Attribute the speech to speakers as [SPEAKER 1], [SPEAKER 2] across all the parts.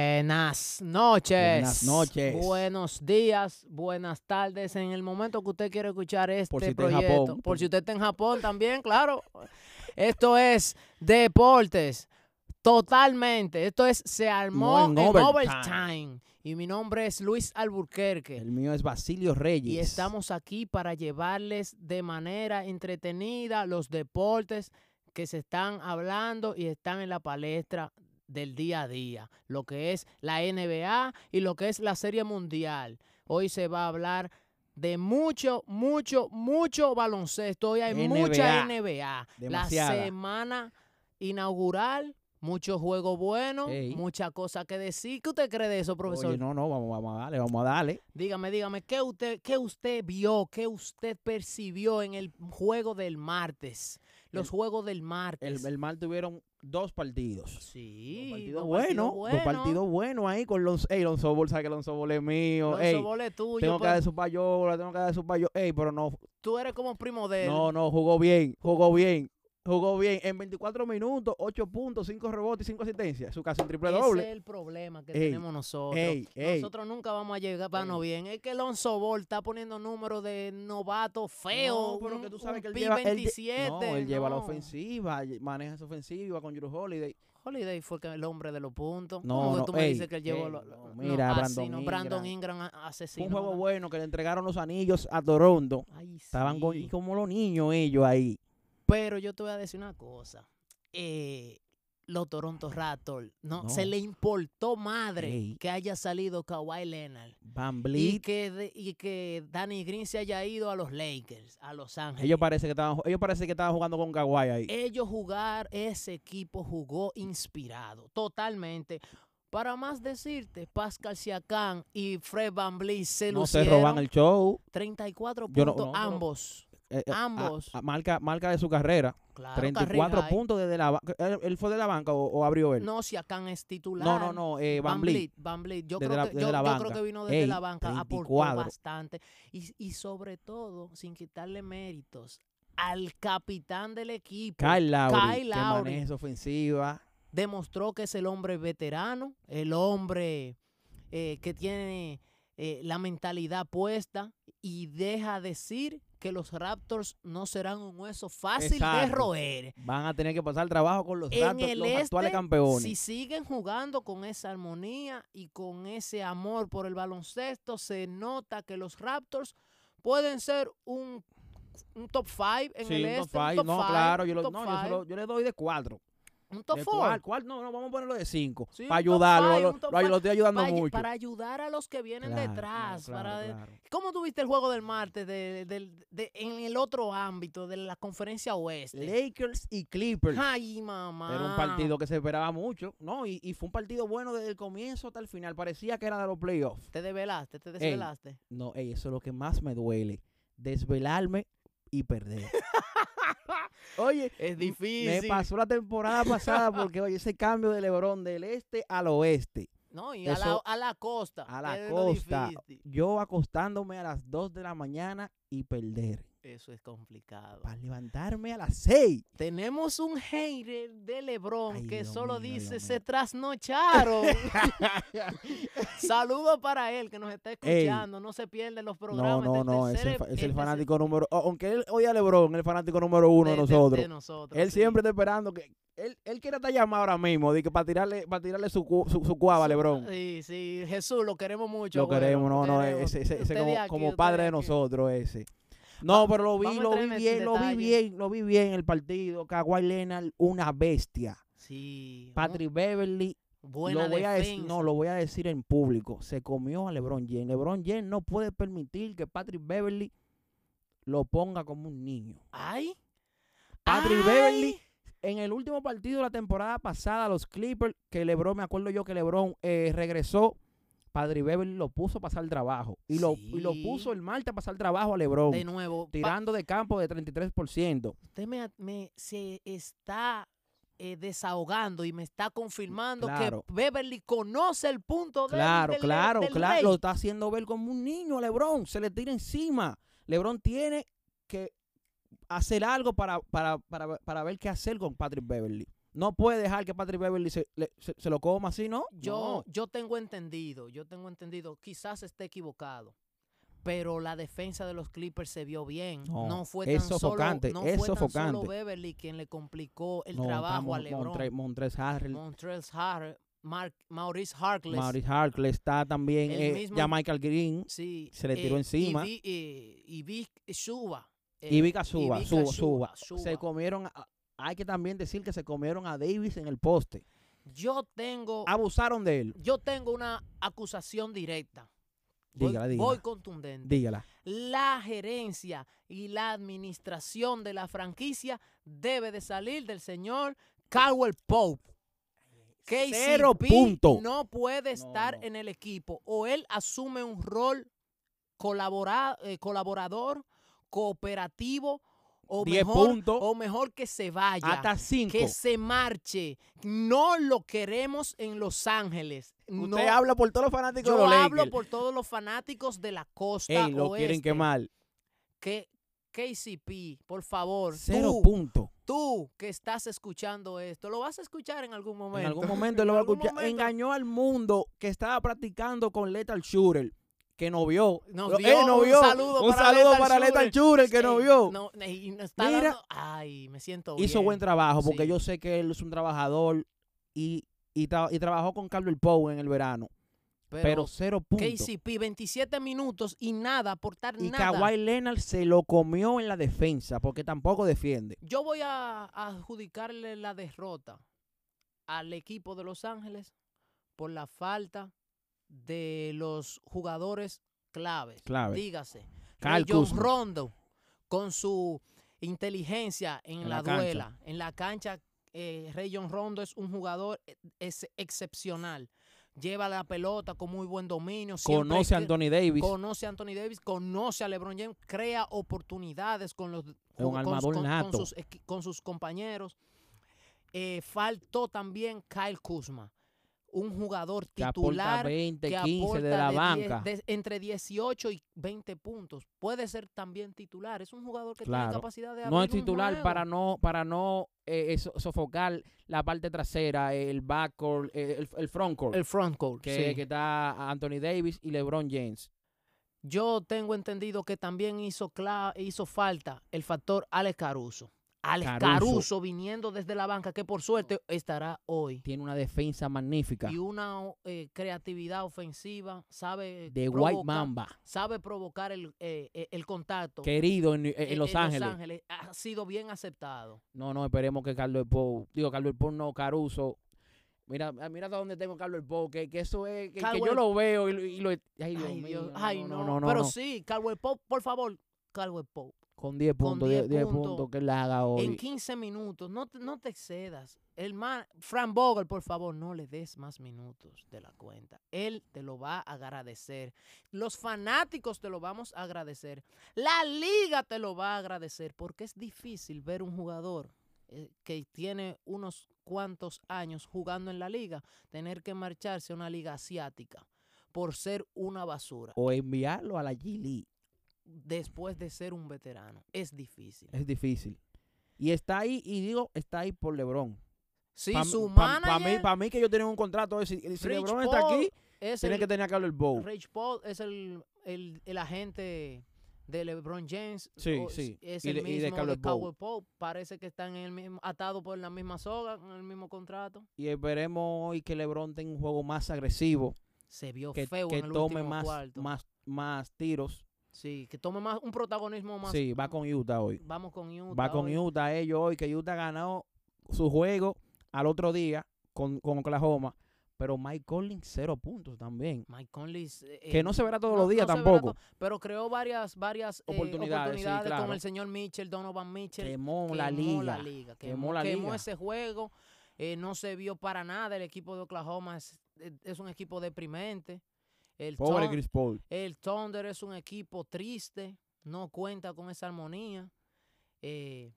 [SPEAKER 1] Buenas noches.
[SPEAKER 2] Buenas noches.
[SPEAKER 1] Buenos días, buenas tardes. En el momento que usted quiere escuchar este
[SPEAKER 2] Por si está en
[SPEAKER 1] proyecto,
[SPEAKER 2] Japón.
[SPEAKER 1] por si usted está en Japón también, claro. Esto es Deportes. Totalmente. Esto es Se Armó
[SPEAKER 2] en
[SPEAKER 1] en
[SPEAKER 2] Overtime.
[SPEAKER 1] Overtime. Y mi nombre es Luis Alburquerque.
[SPEAKER 2] El mío es Basilio Reyes.
[SPEAKER 1] Y estamos aquí para llevarles de manera entretenida los deportes que se están hablando y están en la palestra del día a día, lo que es la NBA y lo que es la Serie Mundial. Hoy se va a hablar de mucho, mucho, mucho baloncesto. Hoy hay mucha NBA. La
[SPEAKER 2] Demasiada.
[SPEAKER 1] semana inaugural, mucho juego bueno,
[SPEAKER 2] Ey.
[SPEAKER 1] mucha cosa que decir. ¿Qué usted cree de eso, profesor?
[SPEAKER 2] Oye, no, no, vamos, vamos a darle, vamos a darle.
[SPEAKER 1] Dígame, dígame, ¿qué usted, ¿qué usted vio, qué usted percibió en el juego del martes? Los
[SPEAKER 2] El-
[SPEAKER 1] juegos del
[SPEAKER 2] El,
[SPEAKER 1] martes.
[SPEAKER 2] el mal tuvieron dos partidos.
[SPEAKER 1] sí.
[SPEAKER 2] dos partidos
[SPEAKER 1] dos
[SPEAKER 2] buenos. Dos
[SPEAKER 1] buenos.
[SPEAKER 2] partidos buenos ahí con Lonzo. Ey, Lonzo Ball, sabe que Lonzo Ball es mío.
[SPEAKER 1] Lonzo
[SPEAKER 2] Ey,
[SPEAKER 1] Ball es tuyo,
[SPEAKER 2] tengo que
[SPEAKER 1] pero
[SPEAKER 2] dar su payola, tengo que dar su payola. Ey, pero no,
[SPEAKER 1] tú eres como primo de él.
[SPEAKER 2] no, no, jugó bien, jugó bien. Jugó bien. En 24 minutos, 8 puntos, 5 rebotes y 5 asistencias. Su casi un triple
[SPEAKER 1] Ese
[SPEAKER 2] doble.
[SPEAKER 1] es el problema que
[SPEAKER 2] Ey,
[SPEAKER 1] tenemos nosotros.
[SPEAKER 2] ey, ey.
[SPEAKER 1] Nosotros nunca vamos a llegar para no
[SPEAKER 2] Ey.
[SPEAKER 1] bien. Es que Lonzo Ball está poniendo números de novato feo.
[SPEAKER 2] No, pero
[SPEAKER 1] un-
[SPEAKER 2] que tú sabes
[SPEAKER 1] un
[SPEAKER 2] que él
[SPEAKER 1] pick
[SPEAKER 2] lleva, él lle-
[SPEAKER 1] 27.
[SPEAKER 2] no, él lleva la
[SPEAKER 1] no.
[SPEAKER 2] ofensiva, lle- maneja su ofensiva con Drew Holiday.
[SPEAKER 1] Holiday fue que el hombre de los puntos.
[SPEAKER 2] No,
[SPEAKER 1] ¿Cómo que
[SPEAKER 2] no,
[SPEAKER 1] tú me
[SPEAKER 2] ey,
[SPEAKER 1] dices que él llevó
[SPEAKER 2] ey,
[SPEAKER 1] lo-
[SPEAKER 2] no,
[SPEAKER 1] lo-
[SPEAKER 2] mira,
[SPEAKER 1] así
[SPEAKER 2] Brandon
[SPEAKER 1] no, Brandon Ingram a-
[SPEAKER 2] Fue
[SPEAKER 1] asesino.
[SPEAKER 2] un juego
[SPEAKER 1] ¿no?
[SPEAKER 2] bueno que le entregaron los anillos a Toronto.
[SPEAKER 1] Ay,
[SPEAKER 2] Estaban go-
[SPEAKER 1] sí.
[SPEAKER 2] como los niños ellos ahí.
[SPEAKER 1] Pero yo te voy a decir una cosa. Eh, los Toronto Raptors, no, se
[SPEAKER 2] No.
[SPEAKER 1] le importó madre
[SPEAKER 2] Ey.
[SPEAKER 1] que haya salido Kawhi Leonard
[SPEAKER 2] Van
[SPEAKER 1] y
[SPEAKER 2] Vliet,
[SPEAKER 1] que, de- y que Danny Green se haya ido a los Lakers, a Los Ángeles.
[SPEAKER 2] ellos parece que estaban, ellos parece que estaban jugando con Kawhi ahí.
[SPEAKER 1] ellos jugar, ese equipo jugó inspirado, totalmente. Para más decirte, Pascal Siakam y Fred Van se
[SPEAKER 2] no se
[SPEAKER 1] lucieron.
[SPEAKER 2] roban el show.
[SPEAKER 1] 34
[SPEAKER 2] Yo
[SPEAKER 1] puntos
[SPEAKER 2] no- no, pero-
[SPEAKER 1] ambos.
[SPEAKER 2] Eh, eh, a-
[SPEAKER 1] Ambos.
[SPEAKER 2] a- marca, marca de su carrera.
[SPEAKER 1] Claro,
[SPEAKER 2] 34
[SPEAKER 1] carrera, ¿eh?
[SPEAKER 2] puntos desde la banca. ¿Él, él fue de la banca o, o abrió él?
[SPEAKER 1] No, Siakam es titular.
[SPEAKER 2] no, no, no, eh, Van Vliet.
[SPEAKER 1] Van Vliet. Yo,
[SPEAKER 2] Desde
[SPEAKER 1] creo,
[SPEAKER 2] la-
[SPEAKER 1] que,
[SPEAKER 2] desde
[SPEAKER 1] yo,
[SPEAKER 2] la
[SPEAKER 1] yo creo
[SPEAKER 2] banca.
[SPEAKER 1] que vino desde
[SPEAKER 2] Ey,
[SPEAKER 1] la banca, aportó
[SPEAKER 2] 34.
[SPEAKER 1] bastante. Y, y sobre todo, sin quitarle méritos, al capitán del equipo.
[SPEAKER 2] Kyle Lowry,
[SPEAKER 1] Kyle
[SPEAKER 2] que
[SPEAKER 1] Lowry.
[SPEAKER 2] maneja esa ofensiva.
[SPEAKER 1] demostró que es el hombre veterano, el hombre eh, que tiene eh, la mentalidad puesta y deja decir que los Raptors no serán un hueso fácil de
[SPEAKER 2] Exacto.
[SPEAKER 1] roer.
[SPEAKER 2] Van a tener que pasar trabajo con los,
[SPEAKER 1] En
[SPEAKER 2] Raptors,
[SPEAKER 1] el
[SPEAKER 2] los actuales
[SPEAKER 1] este,
[SPEAKER 2] campeones.
[SPEAKER 1] Si siguen jugando con esa armonía y con ese amor por el baloncesto, se nota que los Raptors pueden ser un, un top 5 en
[SPEAKER 2] Sí,
[SPEAKER 1] el
[SPEAKER 2] un
[SPEAKER 1] este.
[SPEAKER 2] top five.
[SPEAKER 1] un top
[SPEAKER 2] no,
[SPEAKER 1] five,
[SPEAKER 2] claro, yo,
[SPEAKER 1] un
[SPEAKER 2] lo-
[SPEAKER 1] top
[SPEAKER 2] no, yo, se
[SPEAKER 1] five,
[SPEAKER 2] lo- yo le doy de cuatro.
[SPEAKER 1] un top
[SPEAKER 2] de
[SPEAKER 1] 4.
[SPEAKER 2] cual- cual- no, no, vamos a ponerlo de cinco.
[SPEAKER 1] Sí,
[SPEAKER 2] para
[SPEAKER 1] un top
[SPEAKER 2] ayudarlo,
[SPEAKER 1] five,
[SPEAKER 2] lo,
[SPEAKER 1] un top
[SPEAKER 2] lo- lo
[SPEAKER 1] five,
[SPEAKER 2] estoy ayudando
[SPEAKER 1] Vaya,
[SPEAKER 2] mucho.
[SPEAKER 1] para ayudar a los que vienen
[SPEAKER 2] Claro, no,
[SPEAKER 1] detrás.
[SPEAKER 2] claro,
[SPEAKER 1] para de-
[SPEAKER 2] claro.
[SPEAKER 1] ¿Cómo tuviste el juego del martes de- del- de- en el otro ámbito de la conferencia oeste?
[SPEAKER 2] Lakers y Clippers.
[SPEAKER 1] Ay, mamá.
[SPEAKER 2] Era un partido que se esperaba mucho, ¿no? Y, y fue un partido bueno desde el comienzo hasta el final. Parecía que era de los playoffs.
[SPEAKER 1] Te desvelaste, te desvelaste.
[SPEAKER 2] No, ey, eso es lo que más me duele. Desvelarme y perder. Oye,
[SPEAKER 1] Es
[SPEAKER 2] me
[SPEAKER 1] difícil.
[SPEAKER 2] pasó la temporada pasada porque, oye, ese cambio de Lebron del este al oeste.
[SPEAKER 1] No, y a, la,
[SPEAKER 2] Eso-
[SPEAKER 1] a la costa.
[SPEAKER 2] a la
[SPEAKER 1] es lo
[SPEAKER 2] costa.
[SPEAKER 1] difícil.
[SPEAKER 2] Yo acostándome a las 2 de la mañana y perder.
[SPEAKER 1] Eso es complicado.
[SPEAKER 2] Para levantarme a las 6.
[SPEAKER 1] Tenemos un hater de Lebron
[SPEAKER 2] Ay,
[SPEAKER 1] que
[SPEAKER 2] Dios
[SPEAKER 1] solo
[SPEAKER 2] mío, Dios
[SPEAKER 1] dice,
[SPEAKER 2] mío.
[SPEAKER 1] se trasnocharon. Saludos para él que nos está escuchando. No se pierden los
[SPEAKER 2] No,
[SPEAKER 1] programas.
[SPEAKER 2] no,
[SPEAKER 1] del
[SPEAKER 2] no. Es
[SPEAKER 1] este tercer
[SPEAKER 2] el,
[SPEAKER 1] ep-
[SPEAKER 2] fa- es el
[SPEAKER 1] tercer-
[SPEAKER 2] fanático número. o- Aunque él odia a Lebron, el fanático número uno de,
[SPEAKER 1] de- de- de
[SPEAKER 2] nosotros.
[SPEAKER 1] nosotros,
[SPEAKER 2] él
[SPEAKER 1] sí.
[SPEAKER 2] siempre está esperando que. Él, él quiere estar llamado ahora mismo para tirarle, para tirarle su, cu- su, su cuava a Lebron.
[SPEAKER 1] Sí, sí. Jesús, lo queremos mucho.
[SPEAKER 2] Lo
[SPEAKER 1] abuelo,
[SPEAKER 2] queremos, no,
[SPEAKER 1] lo
[SPEAKER 2] no,
[SPEAKER 1] queremos.
[SPEAKER 2] ese, ese- ese
[SPEAKER 1] Usted de
[SPEAKER 2] como,
[SPEAKER 1] aquí,
[SPEAKER 2] como
[SPEAKER 1] usted
[SPEAKER 2] padre de
[SPEAKER 1] aquí.
[SPEAKER 2] nosotros, ese. No, pero lo vi,
[SPEAKER 1] vamos a
[SPEAKER 2] lo
[SPEAKER 1] entrar
[SPEAKER 2] vi
[SPEAKER 1] en
[SPEAKER 2] bien, lo vi
[SPEAKER 1] detalle.
[SPEAKER 2] bien, lo vi bien el partido. Kawhi Leonard, una bestia.
[SPEAKER 1] Sí.
[SPEAKER 2] Patrick Beverly,
[SPEAKER 1] mu- buena
[SPEAKER 2] lo voy a decir,
[SPEAKER 1] defensa.
[SPEAKER 2] no, lo voy a decir en público. Se comió a LeBron James. LeBron James no puede permitir que Patrick Beverly lo ponga como un niño.
[SPEAKER 1] Ay.
[SPEAKER 2] Patrick
[SPEAKER 1] Ay.
[SPEAKER 2] Beverly en el último partido de la temporada pasada, los Clippers, que LeBron, me acuerdo yo que LeBron eh, regresó, Patrick Beverly lo puso a pasar trabajo. Y lo, y lo
[SPEAKER 1] Sí.
[SPEAKER 2] puso el martes a pasar trabajo a LeBron,
[SPEAKER 1] De nuevo. pa-
[SPEAKER 2] tirando de campo de 33%.
[SPEAKER 1] usted me, a- me- se está eh, desahogando y me está confirmando
[SPEAKER 2] Mm, Claro.
[SPEAKER 1] que Beverly conoce el punto de
[SPEAKER 2] Claro,
[SPEAKER 1] del,
[SPEAKER 2] claro,
[SPEAKER 1] del
[SPEAKER 2] claro.
[SPEAKER 1] rey.
[SPEAKER 2] Lo está haciendo ver como un niño a LeBron. Se le tira encima. LeBron tiene que hacer algo para, para, para, para ver qué hacer con Patrick Beverly. No puede dejar que Patrick Beverly se, le- se- se lo coma así, ¿no?
[SPEAKER 1] Yo, yo tengo entendido, yo tengo entendido, quizás esté equivocado, pero la defensa de los Clippers se vio bien.
[SPEAKER 2] No,
[SPEAKER 1] No, fue
[SPEAKER 2] es
[SPEAKER 1] tan
[SPEAKER 2] sofocante,
[SPEAKER 1] solo, no
[SPEAKER 2] es
[SPEAKER 1] fue tan
[SPEAKER 2] sofocante.
[SPEAKER 1] solo Beverly quien le complicó el
[SPEAKER 2] No,
[SPEAKER 1] trabajo
[SPEAKER 2] estamos-
[SPEAKER 1] a LeBron.
[SPEAKER 2] Montre- Montrezl Harrell,
[SPEAKER 1] Montrezl Harrell, Mark- Maurice Harkless,
[SPEAKER 2] Maurice Harkless, está también
[SPEAKER 1] El
[SPEAKER 2] eh,
[SPEAKER 1] mismo-
[SPEAKER 2] ya Michael Green
[SPEAKER 1] sí,
[SPEAKER 2] se le tiró
[SPEAKER 1] eh,
[SPEAKER 2] encima.
[SPEAKER 1] Y, vi- eh, y vi- eh, Suba. eh,
[SPEAKER 2] y Vika Suba,
[SPEAKER 1] Vika
[SPEAKER 2] Suba, Suba.
[SPEAKER 1] Suba,
[SPEAKER 2] Se
[SPEAKER 1] Suba.
[SPEAKER 2] comieron, a- hay que también decir que se comieron a Davis en el poste.
[SPEAKER 1] Yo tengo,
[SPEAKER 2] Ah, Abusaron de él.
[SPEAKER 1] yo tengo una acusación directa. Voy-
[SPEAKER 2] Dígala, dígala.
[SPEAKER 1] voy contundente.
[SPEAKER 2] Dígala.
[SPEAKER 1] la gerencia y la administración de la franquicia debe de salir del señor Cowell Pope. KCP
[SPEAKER 2] Cero punto.
[SPEAKER 1] no puede
[SPEAKER 2] No,
[SPEAKER 1] estar
[SPEAKER 2] no.
[SPEAKER 1] en el equipo. O él asume un rol colabora- eh, colaborador, cooperativo, o
[SPEAKER 2] Diez
[SPEAKER 1] mejor,
[SPEAKER 2] puntos.
[SPEAKER 1] o mejor que se vaya.
[SPEAKER 2] Hasta cinco.
[SPEAKER 1] que se marche. No lo queremos en Los Ángeles. no,
[SPEAKER 2] Usted habla por todos los fanáticos
[SPEAKER 1] yo
[SPEAKER 2] de los
[SPEAKER 1] hablo
[SPEAKER 2] Lakers.
[SPEAKER 1] por todos los fanáticos de la costa
[SPEAKER 2] Ey, lo quieren
[SPEAKER 1] oeste.
[SPEAKER 2] quemar.
[SPEAKER 1] que KCP, por favor,
[SPEAKER 2] Cero
[SPEAKER 1] tú,
[SPEAKER 2] puntos.
[SPEAKER 1] tú que estás escuchando esto, lo vas a escuchar en algún momento.
[SPEAKER 2] En algún momento él lo va a
[SPEAKER 1] algún
[SPEAKER 2] escuchar.
[SPEAKER 1] momento.
[SPEAKER 2] Engañó al mundo que estaba practicando con Lethal Shooter, que no vio.
[SPEAKER 1] Nos
[SPEAKER 2] Lo-
[SPEAKER 1] dio
[SPEAKER 2] eh, no
[SPEAKER 1] un
[SPEAKER 2] vio.
[SPEAKER 1] saludo
[SPEAKER 2] Un
[SPEAKER 1] para
[SPEAKER 2] saludo
[SPEAKER 1] Lethal
[SPEAKER 2] para Lethal Shooter, que no
[SPEAKER 1] Ey,
[SPEAKER 2] vio.
[SPEAKER 1] no, eh, y nos está
[SPEAKER 2] Mira.
[SPEAKER 1] dando- ay, me siento
[SPEAKER 2] Hizo
[SPEAKER 1] bien.
[SPEAKER 2] buen trabajo porque
[SPEAKER 1] Sí.
[SPEAKER 2] yo sé que él es un trabajador y, y, tra- y trabajó con Carlos Poe en el verano. Pero, cero puntos.
[SPEAKER 1] KCP, 27 minutos y nada, aportar
[SPEAKER 2] Y
[SPEAKER 1] nada.
[SPEAKER 2] Kawhi Leonard se lo comió en la defensa porque tampoco defiende.
[SPEAKER 1] Yo voy a a adjudicarle la derrota al equipo de Los Ángeles por la falta de los jugadores claves.
[SPEAKER 2] Clave.
[SPEAKER 1] Dígase. Rajon
[SPEAKER 2] Kyle Kuzma.
[SPEAKER 1] Rondo con su inteligencia en,
[SPEAKER 2] En la
[SPEAKER 1] la,
[SPEAKER 2] cancha.
[SPEAKER 1] duela, en la cancha, eh, Rajon Rondo es un jugador eh, es excepcional. Lleva la pelota con muy buen dominio. siempre
[SPEAKER 2] Conoce a
[SPEAKER 1] cre-
[SPEAKER 2] Anthony Davis.
[SPEAKER 1] Conoce a Anthony Davis, conoce a LeBron James, crea oportunidades con los
[SPEAKER 2] un
[SPEAKER 1] con-
[SPEAKER 2] armador
[SPEAKER 1] con- con
[SPEAKER 2] nato.
[SPEAKER 1] sus, equi- con sus compañeros. Eh, faltó también Kyle Kuzma, un jugador
[SPEAKER 2] que aporta
[SPEAKER 1] titular
[SPEAKER 2] 20,
[SPEAKER 1] que
[SPEAKER 2] 15 de
[SPEAKER 1] aporta
[SPEAKER 2] la
[SPEAKER 1] de diez-
[SPEAKER 2] banca.
[SPEAKER 1] de- entre 18 y 20 puntos. Puede ser también titular. Es un jugador que
[SPEAKER 2] Claro.
[SPEAKER 1] tiene capacidad de
[SPEAKER 2] no
[SPEAKER 1] abrir
[SPEAKER 2] es titular
[SPEAKER 1] un juego.
[SPEAKER 2] para no para no eh, eh, so- sofocar la parte trasera, eh, el backcourt, eh, el, el frontcourt,
[SPEAKER 1] el frontcourt.
[SPEAKER 2] que,
[SPEAKER 1] sí.
[SPEAKER 2] que está Anthony Davis y LeBron James.
[SPEAKER 1] Yo tengo entendido que también hizo, cla- hizo falta el factor Alex Caruso. Alex
[SPEAKER 2] Caruso.
[SPEAKER 1] Caruso. viniendo desde la banca, que por suerte estará hoy.
[SPEAKER 2] Tiene una defensa magnífica
[SPEAKER 1] Y una o- eh, creatividad ofensiva, sabe
[SPEAKER 2] de White
[SPEAKER 1] provocar-
[SPEAKER 2] Mamba,
[SPEAKER 1] sabe provocar el, eh, eh, el contacto.
[SPEAKER 2] querido en, en- en
[SPEAKER 1] eh,
[SPEAKER 2] Los Ángeles.
[SPEAKER 1] Ha sido bien aceptado.
[SPEAKER 2] No, no, esperemos que Carlos Pou, digo Carlos Pou no, Caruso. Mira, ah, mira hasta dónde tengo a Carlos Pou, que, que eso es, que, que yo
[SPEAKER 1] Caldwell-
[SPEAKER 2] lo veo y, lo- y lo... Ay, Dios
[SPEAKER 1] Ay,
[SPEAKER 2] mío,
[SPEAKER 1] Dios.
[SPEAKER 2] no,
[SPEAKER 1] Ay,
[SPEAKER 2] no,
[SPEAKER 1] no.
[SPEAKER 2] no, no, no,
[SPEAKER 1] Pero
[SPEAKER 2] no.
[SPEAKER 1] sí, Caldwell Pope, por favor. Caldwell Pope.
[SPEAKER 2] Con 10
[SPEAKER 1] con
[SPEAKER 2] puntos, 10
[SPEAKER 1] 10
[SPEAKER 2] 10
[SPEAKER 1] puntos,
[SPEAKER 2] puntos que él haga hoy.
[SPEAKER 1] En 15 minutos, no te, no te excedas. El man, Fran Vogel, por favor, no le des más minutos de la cuenta. Él te lo va a agradecer. Los fanáticos te lo vamos a agradecer. La liga te lo va a agradecer porque es difícil ver un jugador eh, que tiene unos cuantos años jugando en la liga tener que marcharse a una liga asiática por ser una basura
[SPEAKER 2] O enviarlo a la G League.
[SPEAKER 1] después de ser un veterano. Es difícil.
[SPEAKER 2] Es difícil. Y está ahí, y digo, está ahí por Lebron.
[SPEAKER 1] Sí,
[SPEAKER 2] Para
[SPEAKER 1] su
[SPEAKER 2] mí,
[SPEAKER 1] manager
[SPEAKER 2] pa' mí que yo tenía un contrato, si, si
[SPEAKER 1] Rich
[SPEAKER 2] Lebron está aquí,
[SPEAKER 1] es
[SPEAKER 2] tiene
[SPEAKER 1] el-
[SPEAKER 2] que tener a Carlos Bow.
[SPEAKER 1] Rich Paul es el, el, el agente de LeBron James.
[SPEAKER 2] Sí,
[SPEAKER 1] o-
[SPEAKER 2] sí,
[SPEAKER 1] Es
[SPEAKER 2] y
[SPEAKER 1] el
[SPEAKER 2] de- y de
[SPEAKER 1] mismo de
[SPEAKER 2] Caldwell
[SPEAKER 1] Cowboy
[SPEAKER 2] Pope.
[SPEAKER 1] Pope. Parece que están en el mismo, atados por la misma soga, en el mismo contrato.
[SPEAKER 2] Y esperemos hoy que Lebron tenga un juego más agresivo,
[SPEAKER 1] Se vio
[SPEAKER 2] que,
[SPEAKER 1] feo
[SPEAKER 2] que
[SPEAKER 1] en el
[SPEAKER 2] tome
[SPEAKER 1] último
[SPEAKER 2] más,
[SPEAKER 1] cuarto.
[SPEAKER 2] más, más tiros.
[SPEAKER 1] Sí, que tome más un protagonismo más.
[SPEAKER 2] sí, va con Utah hoy.
[SPEAKER 1] Vamos con Utah.
[SPEAKER 2] va con
[SPEAKER 1] hoy.
[SPEAKER 2] Utah ellos hoy, que Utah ganó su juego al otro día con, con Oklahoma. Pero Mike Collins, cero puntos también.
[SPEAKER 1] Mike Conley. eh,
[SPEAKER 2] que
[SPEAKER 1] eh,
[SPEAKER 2] no se verá todos
[SPEAKER 1] no-
[SPEAKER 2] los días
[SPEAKER 1] no se verá
[SPEAKER 2] tampoco.
[SPEAKER 1] to- Pero creó varias, varias eh,
[SPEAKER 2] Oportunidades, sí,
[SPEAKER 1] oportunidades,
[SPEAKER 2] claro.
[SPEAKER 1] con el señor Mitchell, Donovan Mitchell.
[SPEAKER 2] Quemó la
[SPEAKER 1] quemó
[SPEAKER 2] liga.
[SPEAKER 1] liga,
[SPEAKER 2] Quemó
[SPEAKER 1] Quemó,
[SPEAKER 2] la
[SPEAKER 1] quemó
[SPEAKER 2] liga.
[SPEAKER 1] ese juego. eh, no se vio para nada. El equipo de Oklahoma es, eh, es un equipo deprimente. El,
[SPEAKER 2] Pobre
[SPEAKER 1] Thun-
[SPEAKER 2] Chris Paul.
[SPEAKER 1] el Thunder es un equipo triste. No cuenta con esa armonía. eh,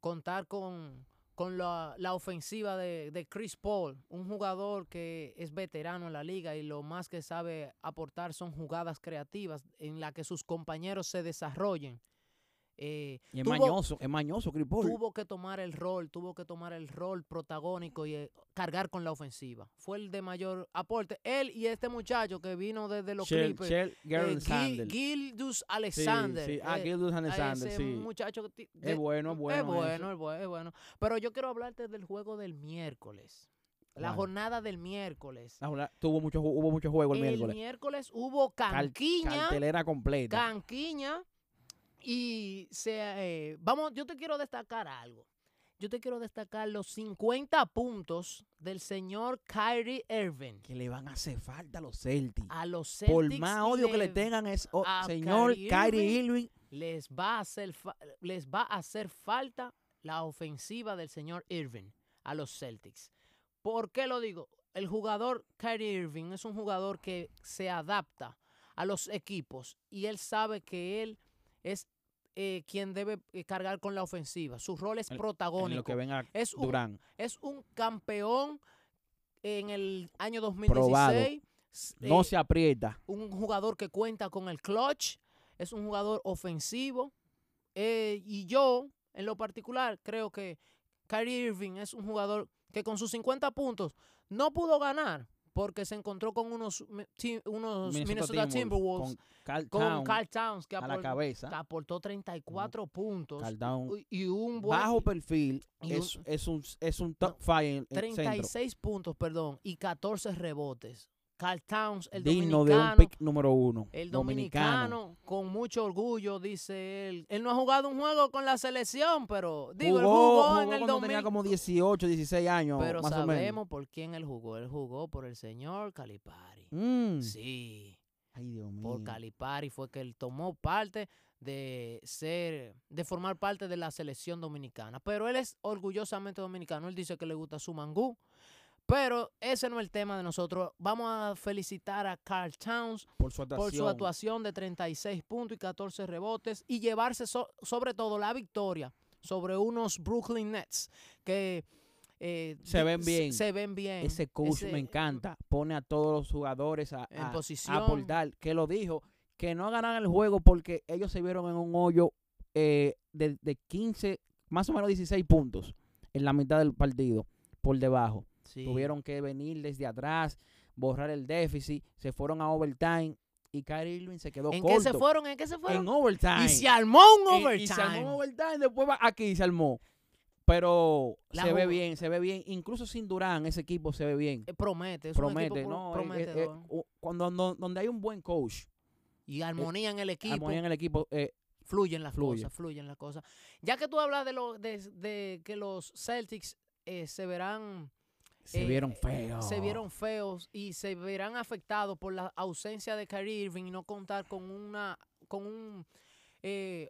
[SPEAKER 1] contar con, con la, la ofensiva de, de Chris Paul, un jugador que es veterano en la liga y lo más que sabe aportar son jugadas creativas en las que sus compañeros se desarrollen. eh,
[SPEAKER 2] Y es
[SPEAKER 1] Tuvo-
[SPEAKER 2] mañoso, es mañoso Chris Paul.
[SPEAKER 1] tuvo que tomar el rol, tuvo que tomar el rol protagónico y eh, cargar con la ofensiva. Fue el de mayor aporte. Él y este muchacho que vino desde los
[SPEAKER 2] Shell-
[SPEAKER 1] Clippers.
[SPEAKER 2] Shell
[SPEAKER 1] eh,
[SPEAKER 2] Gary
[SPEAKER 1] Gil-
[SPEAKER 2] Sanders.
[SPEAKER 1] Gildus
[SPEAKER 2] Sí,
[SPEAKER 1] Alexander.
[SPEAKER 2] sí. Ah,
[SPEAKER 1] eh,
[SPEAKER 2] Gilgeous
[SPEAKER 1] a
[SPEAKER 2] Alexander,
[SPEAKER 1] ese
[SPEAKER 2] sí.
[SPEAKER 1] muchacho que ti- de-
[SPEAKER 2] Es bueno, es bueno.
[SPEAKER 1] es bueno,
[SPEAKER 2] eso.
[SPEAKER 1] es bueno, es bueno. Pero yo quiero hablarte del juego del miércoles. La
[SPEAKER 2] ¿Cuál?
[SPEAKER 1] jornada del miércoles.
[SPEAKER 2] La jornada- tuvo mucho, ju- hubo mucho juego Ah, el, miércoles.
[SPEAKER 1] hubo
[SPEAKER 2] Cal-
[SPEAKER 1] canquiña.
[SPEAKER 2] Cartelera completa.
[SPEAKER 1] Canquiña. Y se, eh, vamos, yo te quiero destacar algo. Yo te quiero destacar los 50 puntos del señor Kyrie Irving
[SPEAKER 2] que le van a hacer falta a los Celtics.
[SPEAKER 1] a los Celtics.
[SPEAKER 2] Por más odio que le
[SPEAKER 1] le-
[SPEAKER 2] tengan es oh,
[SPEAKER 1] a
[SPEAKER 2] señor
[SPEAKER 1] Kyrie
[SPEAKER 2] Kyrie
[SPEAKER 1] Irving.
[SPEAKER 2] Irving.
[SPEAKER 1] les va a hacer fa- les va a hacer falta la ofensiva del señor Irving a los Celtics. ¿Por qué lo digo? El jugador Kyrie Irving es un jugador que se adapta a los equipos y él sabe que él es eh, quien debe eh, cargar con la ofensiva. Su rol es
[SPEAKER 2] En- en En lo
[SPEAKER 1] protagónico.
[SPEAKER 2] que ven a
[SPEAKER 1] Es un
[SPEAKER 2] Durán.
[SPEAKER 1] es un campeón en el año 2016.
[SPEAKER 2] Probado.
[SPEAKER 1] S-
[SPEAKER 2] No
[SPEAKER 1] eh,
[SPEAKER 2] se aprieta.
[SPEAKER 1] un jugador que cuenta con el clutch, es un jugador ofensivo. eh, y yo, en lo particular, creo que Kyrie Irving es un jugador que con sus 50 puntos no pudo ganar porque se encontró con unos, mi- ti- unos Minnesota, Timberwolves,
[SPEAKER 2] Con Carl
[SPEAKER 1] con,
[SPEAKER 2] Towns
[SPEAKER 1] Carl Towns, que
[SPEAKER 2] a la
[SPEAKER 1] apor-
[SPEAKER 2] cabeza.
[SPEAKER 1] que aportó 34 puntos
[SPEAKER 2] Carl Towns.
[SPEAKER 1] y y un buen...
[SPEAKER 2] Bajo perfil.
[SPEAKER 1] y
[SPEAKER 2] es,
[SPEAKER 1] un-
[SPEAKER 2] es un, es un
[SPEAKER 1] No,
[SPEAKER 2] top five en, en centro.
[SPEAKER 1] 36 puntos, perdón, y 14 rebotes. Carl Towns, el
[SPEAKER 2] digno de un
[SPEAKER 1] dominicano,
[SPEAKER 2] pick número uno.
[SPEAKER 1] El dominicano, con mucho orgullo, dice él. Él no ha jugado un juego con la selección, pero digo, él
[SPEAKER 2] jugó,
[SPEAKER 1] jugó,
[SPEAKER 2] jugó
[SPEAKER 1] en el
[SPEAKER 2] cuando tenía
[SPEAKER 1] 2000.
[SPEAKER 2] como 18, 16 años.
[SPEAKER 1] Pero
[SPEAKER 2] más
[SPEAKER 1] sabemos por quién él jugó. Él jugó por el señor Calipari.
[SPEAKER 2] o menos. Mm.
[SPEAKER 1] Sí,
[SPEAKER 2] Ay, Dios mío.
[SPEAKER 1] por Calipari fue que él tomó parte de ser, de formar parte de la selección dominicana. Pero él es orgullosamente dominicano. Él dice que le gusta su mangú. Pero ese no es el tema de nosotros. Vamos a felicitar a Carl Towns
[SPEAKER 2] por su actuación.
[SPEAKER 1] por su actuación de 36 puntos y 14 rebotes y llevarse so- sobre todo la victoria sobre unos Brooklyn Nets que eh,
[SPEAKER 2] Se
[SPEAKER 1] di-
[SPEAKER 2] ven bien.
[SPEAKER 1] Se, ven bien.
[SPEAKER 2] Ese coach
[SPEAKER 1] Ese-
[SPEAKER 2] me encanta. Pone a todos los jugadores a,
[SPEAKER 1] En
[SPEAKER 2] a- a
[SPEAKER 1] posición.
[SPEAKER 2] aportar. Que lo dijo. Que no ganan el juego porque ellos se vieron en un hoyo eh, de, de 15, más o menos 16 puntos en la mitad del partido por debajo.
[SPEAKER 1] Sí.
[SPEAKER 2] Tuvieron que venir desde atrás, borrar el déficit, se fueron a overtime y Kyrie Irving se quedó
[SPEAKER 1] ¿En
[SPEAKER 2] corto.
[SPEAKER 1] qué se fueron? ¿En qué se
[SPEAKER 2] En
[SPEAKER 1] fueron?
[SPEAKER 2] overtime.
[SPEAKER 1] y se armó un
[SPEAKER 2] Y-
[SPEAKER 1] overtime.
[SPEAKER 2] Y, se armó un overtime, después va aquí se armó. Pero
[SPEAKER 1] La
[SPEAKER 2] se ve
[SPEAKER 1] jugada-
[SPEAKER 2] bien, se ve bien. Incluso sin Durán, ese equipo se ve bien.
[SPEAKER 1] Eh, Promete, es un equipo
[SPEAKER 2] Promete,
[SPEAKER 1] pro-
[SPEAKER 2] ¿no? Eh, eh, eh,
[SPEAKER 1] prometedor.
[SPEAKER 2] u- cuando, no- donde hay un buen coach,
[SPEAKER 1] y armonía en el equipo.
[SPEAKER 2] armonía en el equipo, eh,
[SPEAKER 1] Fluyen las
[SPEAKER 2] Fluye.
[SPEAKER 1] cosas, fluyen las cosas. Ya que tú hablas de, lo, de, de que los Celtics eh, se verán
[SPEAKER 2] se
[SPEAKER 1] eh,
[SPEAKER 2] vieron
[SPEAKER 1] eh,
[SPEAKER 2] feos.
[SPEAKER 1] Se vieron feos y se verán afectados por la ausencia de Kyrie Irving y no contar con una con un, eh,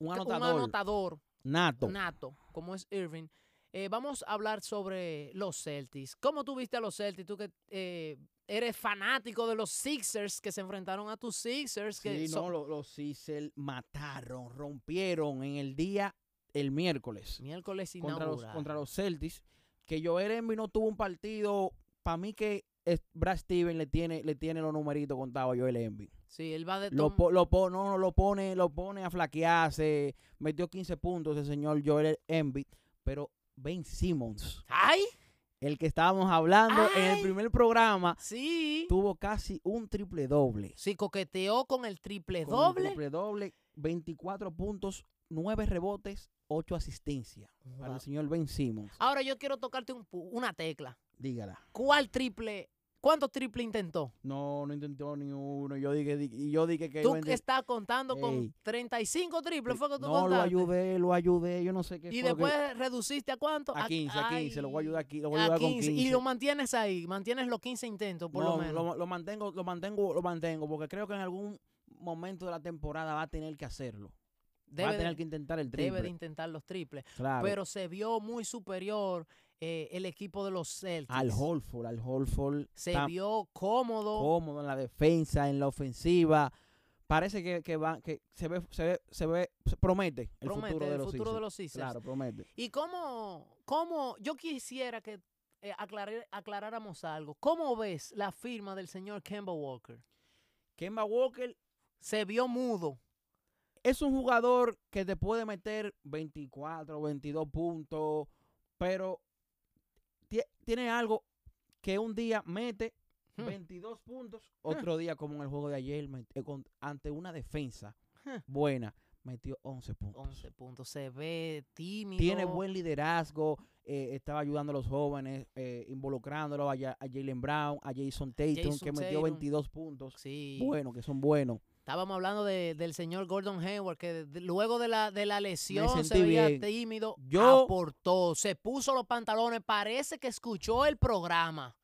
[SPEAKER 2] Un
[SPEAKER 1] un
[SPEAKER 2] anotador,
[SPEAKER 1] anotador
[SPEAKER 2] nato.
[SPEAKER 1] nato como es Irving. Eh, vamos a hablar sobre los Celtics. ¿Cómo tú viste a los Celtics? Tú que eh, eres fanático de los Sixers que se enfrentaron a tus Sixers. Que
[SPEAKER 2] Sí,
[SPEAKER 1] son-
[SPEAKER 2] no, lo- los Cicel mataron, rompieron en el día, el miércoles,
[SPEAKER 1] miércoles
[SPEAKER 2] contra los,
[SPEAKER 1] inauguraron.
[SPEAKER 2] contra los Celtics. Que Joel Embiid no tuvo un partido, para mí que es- Brad Steven le tiene, le tiene los numeritos contados a Joel Embiid.
[SPEAKER 1] Sí, él va de
[SPEAKER 2] Lo,
[SPEAKER 1] Eh, tom-
[SPEAKER 2] po- lo po- no, no, lo pone, lo pone a flaquearse. Metió 15 puntos el señor Joel Embiid. Pero Ben Simmons,
[SPEAKER 1] ¡Ay!
[SPEAKER 2] el que estábamos hablando en el
[SPEAKER 1] Ay.
[SPEAKER 2] primer programa,
[SPEAKER 1] Sí.
[SPEAKER 2] tuvo casi un triple doble.
[SPEAKER 1] Sí, coqueteó con el triple
[SPEAKER 2] Con el
[SPEAKER 1] doble.
[SPEAKER 2] triple doble, 24 puntos, 9 rebotes, 8 asistencias. Para el
[SPEAKER 1] Wow. Ah,
[SPEAKER 2] señor Ben Simmons.
[SPEAKER 1] Ahora yo quiero tocarte un pu- una tecla.
[SPEAKER 2] Dígala.
[SPEAKER 1] ¿Cuál triple? ¿Cuántos triple intentó?
[SPEAKER 2] No, no intentó ni uno. Yo dije, di- y yo dije que
[SPEAKER 1] Tú
[SPEAKER 2] Ben-
[SPEAKER 1] estás contando
[SPEAKER 2] Ey.
[SPEAKER 1] con 35 triples, fue que tú
[SPEAKER 2] No, lo
[SPEAKER 1] contaste.
[SPEAKER 2] ayudé, lo ayudé. Yo no sé qué
[SPEAKER 1] y
[SPEAKER 2] fue lo que-
[SPEAKER 1] después reduciste a cuánto?
[SPEAKER 2] A 15, a 15. Lo voy a ayudar aquí. Lo voy a
[SPEAKER 1] a
[SPEAKER 2] ayudar
[SPEAKER 1] 15,
[SPEAKER 2] con 15.
[SPEAKER 1] Y lo mantienes ahí, mantienes los 15 intentos por
[SPEAKER 2] No,
[SPEAKER 1] lo menos.
[SPEAKER 2] Lo, lo mantengo, lo mantengo, lo mantengo, porque creo que en algún momento de la temporada va a tener que hacerlo. va
[SPEAKER 1] debe,
[SPEAKER 2] a tener
[SPEAKER 1] de,
[SPEAKER 2] que intentar el
[SPEAKER 1] debe de
[SPEAKER 2] triple.
[SPEAKER 1] intentar los triples.
[SPEAKER 2] claro.
[SPEAKER 1] Pero se vio muy superior eh, el equipo de los Celtics.
[SPEAKER 2] al Holford, al Holford
[SPEAKER 1] se
[SPEAKER 2] está
[SPEAKER 1] vio cómodo.
[SPEAKER 2] cómodo en la defensa, en la ofensiva. Parece que, que va, que se ve, se ve, se ve, se promete el
[SPEAKER 1] promete
[SPEAKER 2] futuro de
[SPEAKER 1] el
[SPEAKER 2] los
[SPEAKER 1] futuro de
[SPEAKER 2] Sixers.
[SPEAKER 1] los Sixers.
[SPEAKER 2] Claro, promete.
[SPEAKER 1] Y cómo, cómo, yo quisiera que eh, aclarar- aclaráramos algo. ¿Cómo ves la firma del señor Kemba Walker?
[SPEAKER 2] Kemba Walker
[SPEAKER 1] Se vio mudo.
[SPEAKER 2] es un jugador que te puede meter 24, 22 puntos, pero tie- tiene algo que un día mete
[SPEAKER 1] Hmm.
[SPEAKER 2] 22 puntos, otro día como en el juego de ayer, met- eh, con- ante una defensa
[SPEAKER 1] Hmm.
[SPEAKER 2] buena, metió 11 puntos.
[SPEAKER 1] 11 puntos. Se ve tímido.
[SPEAKER 2] Tiene buen liderazgo, eh, estaba ayudando a los jóvenes, eh, involucrándolos a, Ja- a Jalen Brown, a Jason Tatum,
[SPEAKER 1] Jason
[SPEAKER 2] que metió
[SPEAKER 1] Tatum.
[SPEAKER 2] 22 puntos.
[SPEAKER 1] Sí.
[SPEAKER 2] Bueno, que son buenos.
[SPEAKER 1] Estábamos hablando de- del señor Gordon Hayward, que de- de- luego de la, de la lesión se
[SPEAKER 2] sentí
[SPEAKER 1] veía
[SPEAKER 2] bien.
[SPEAKER 1] tímido,
[SPEAKER 2] Yo-
[SPEAKER 1] aportó, se puso los pantalones, parece que escuchó el programa,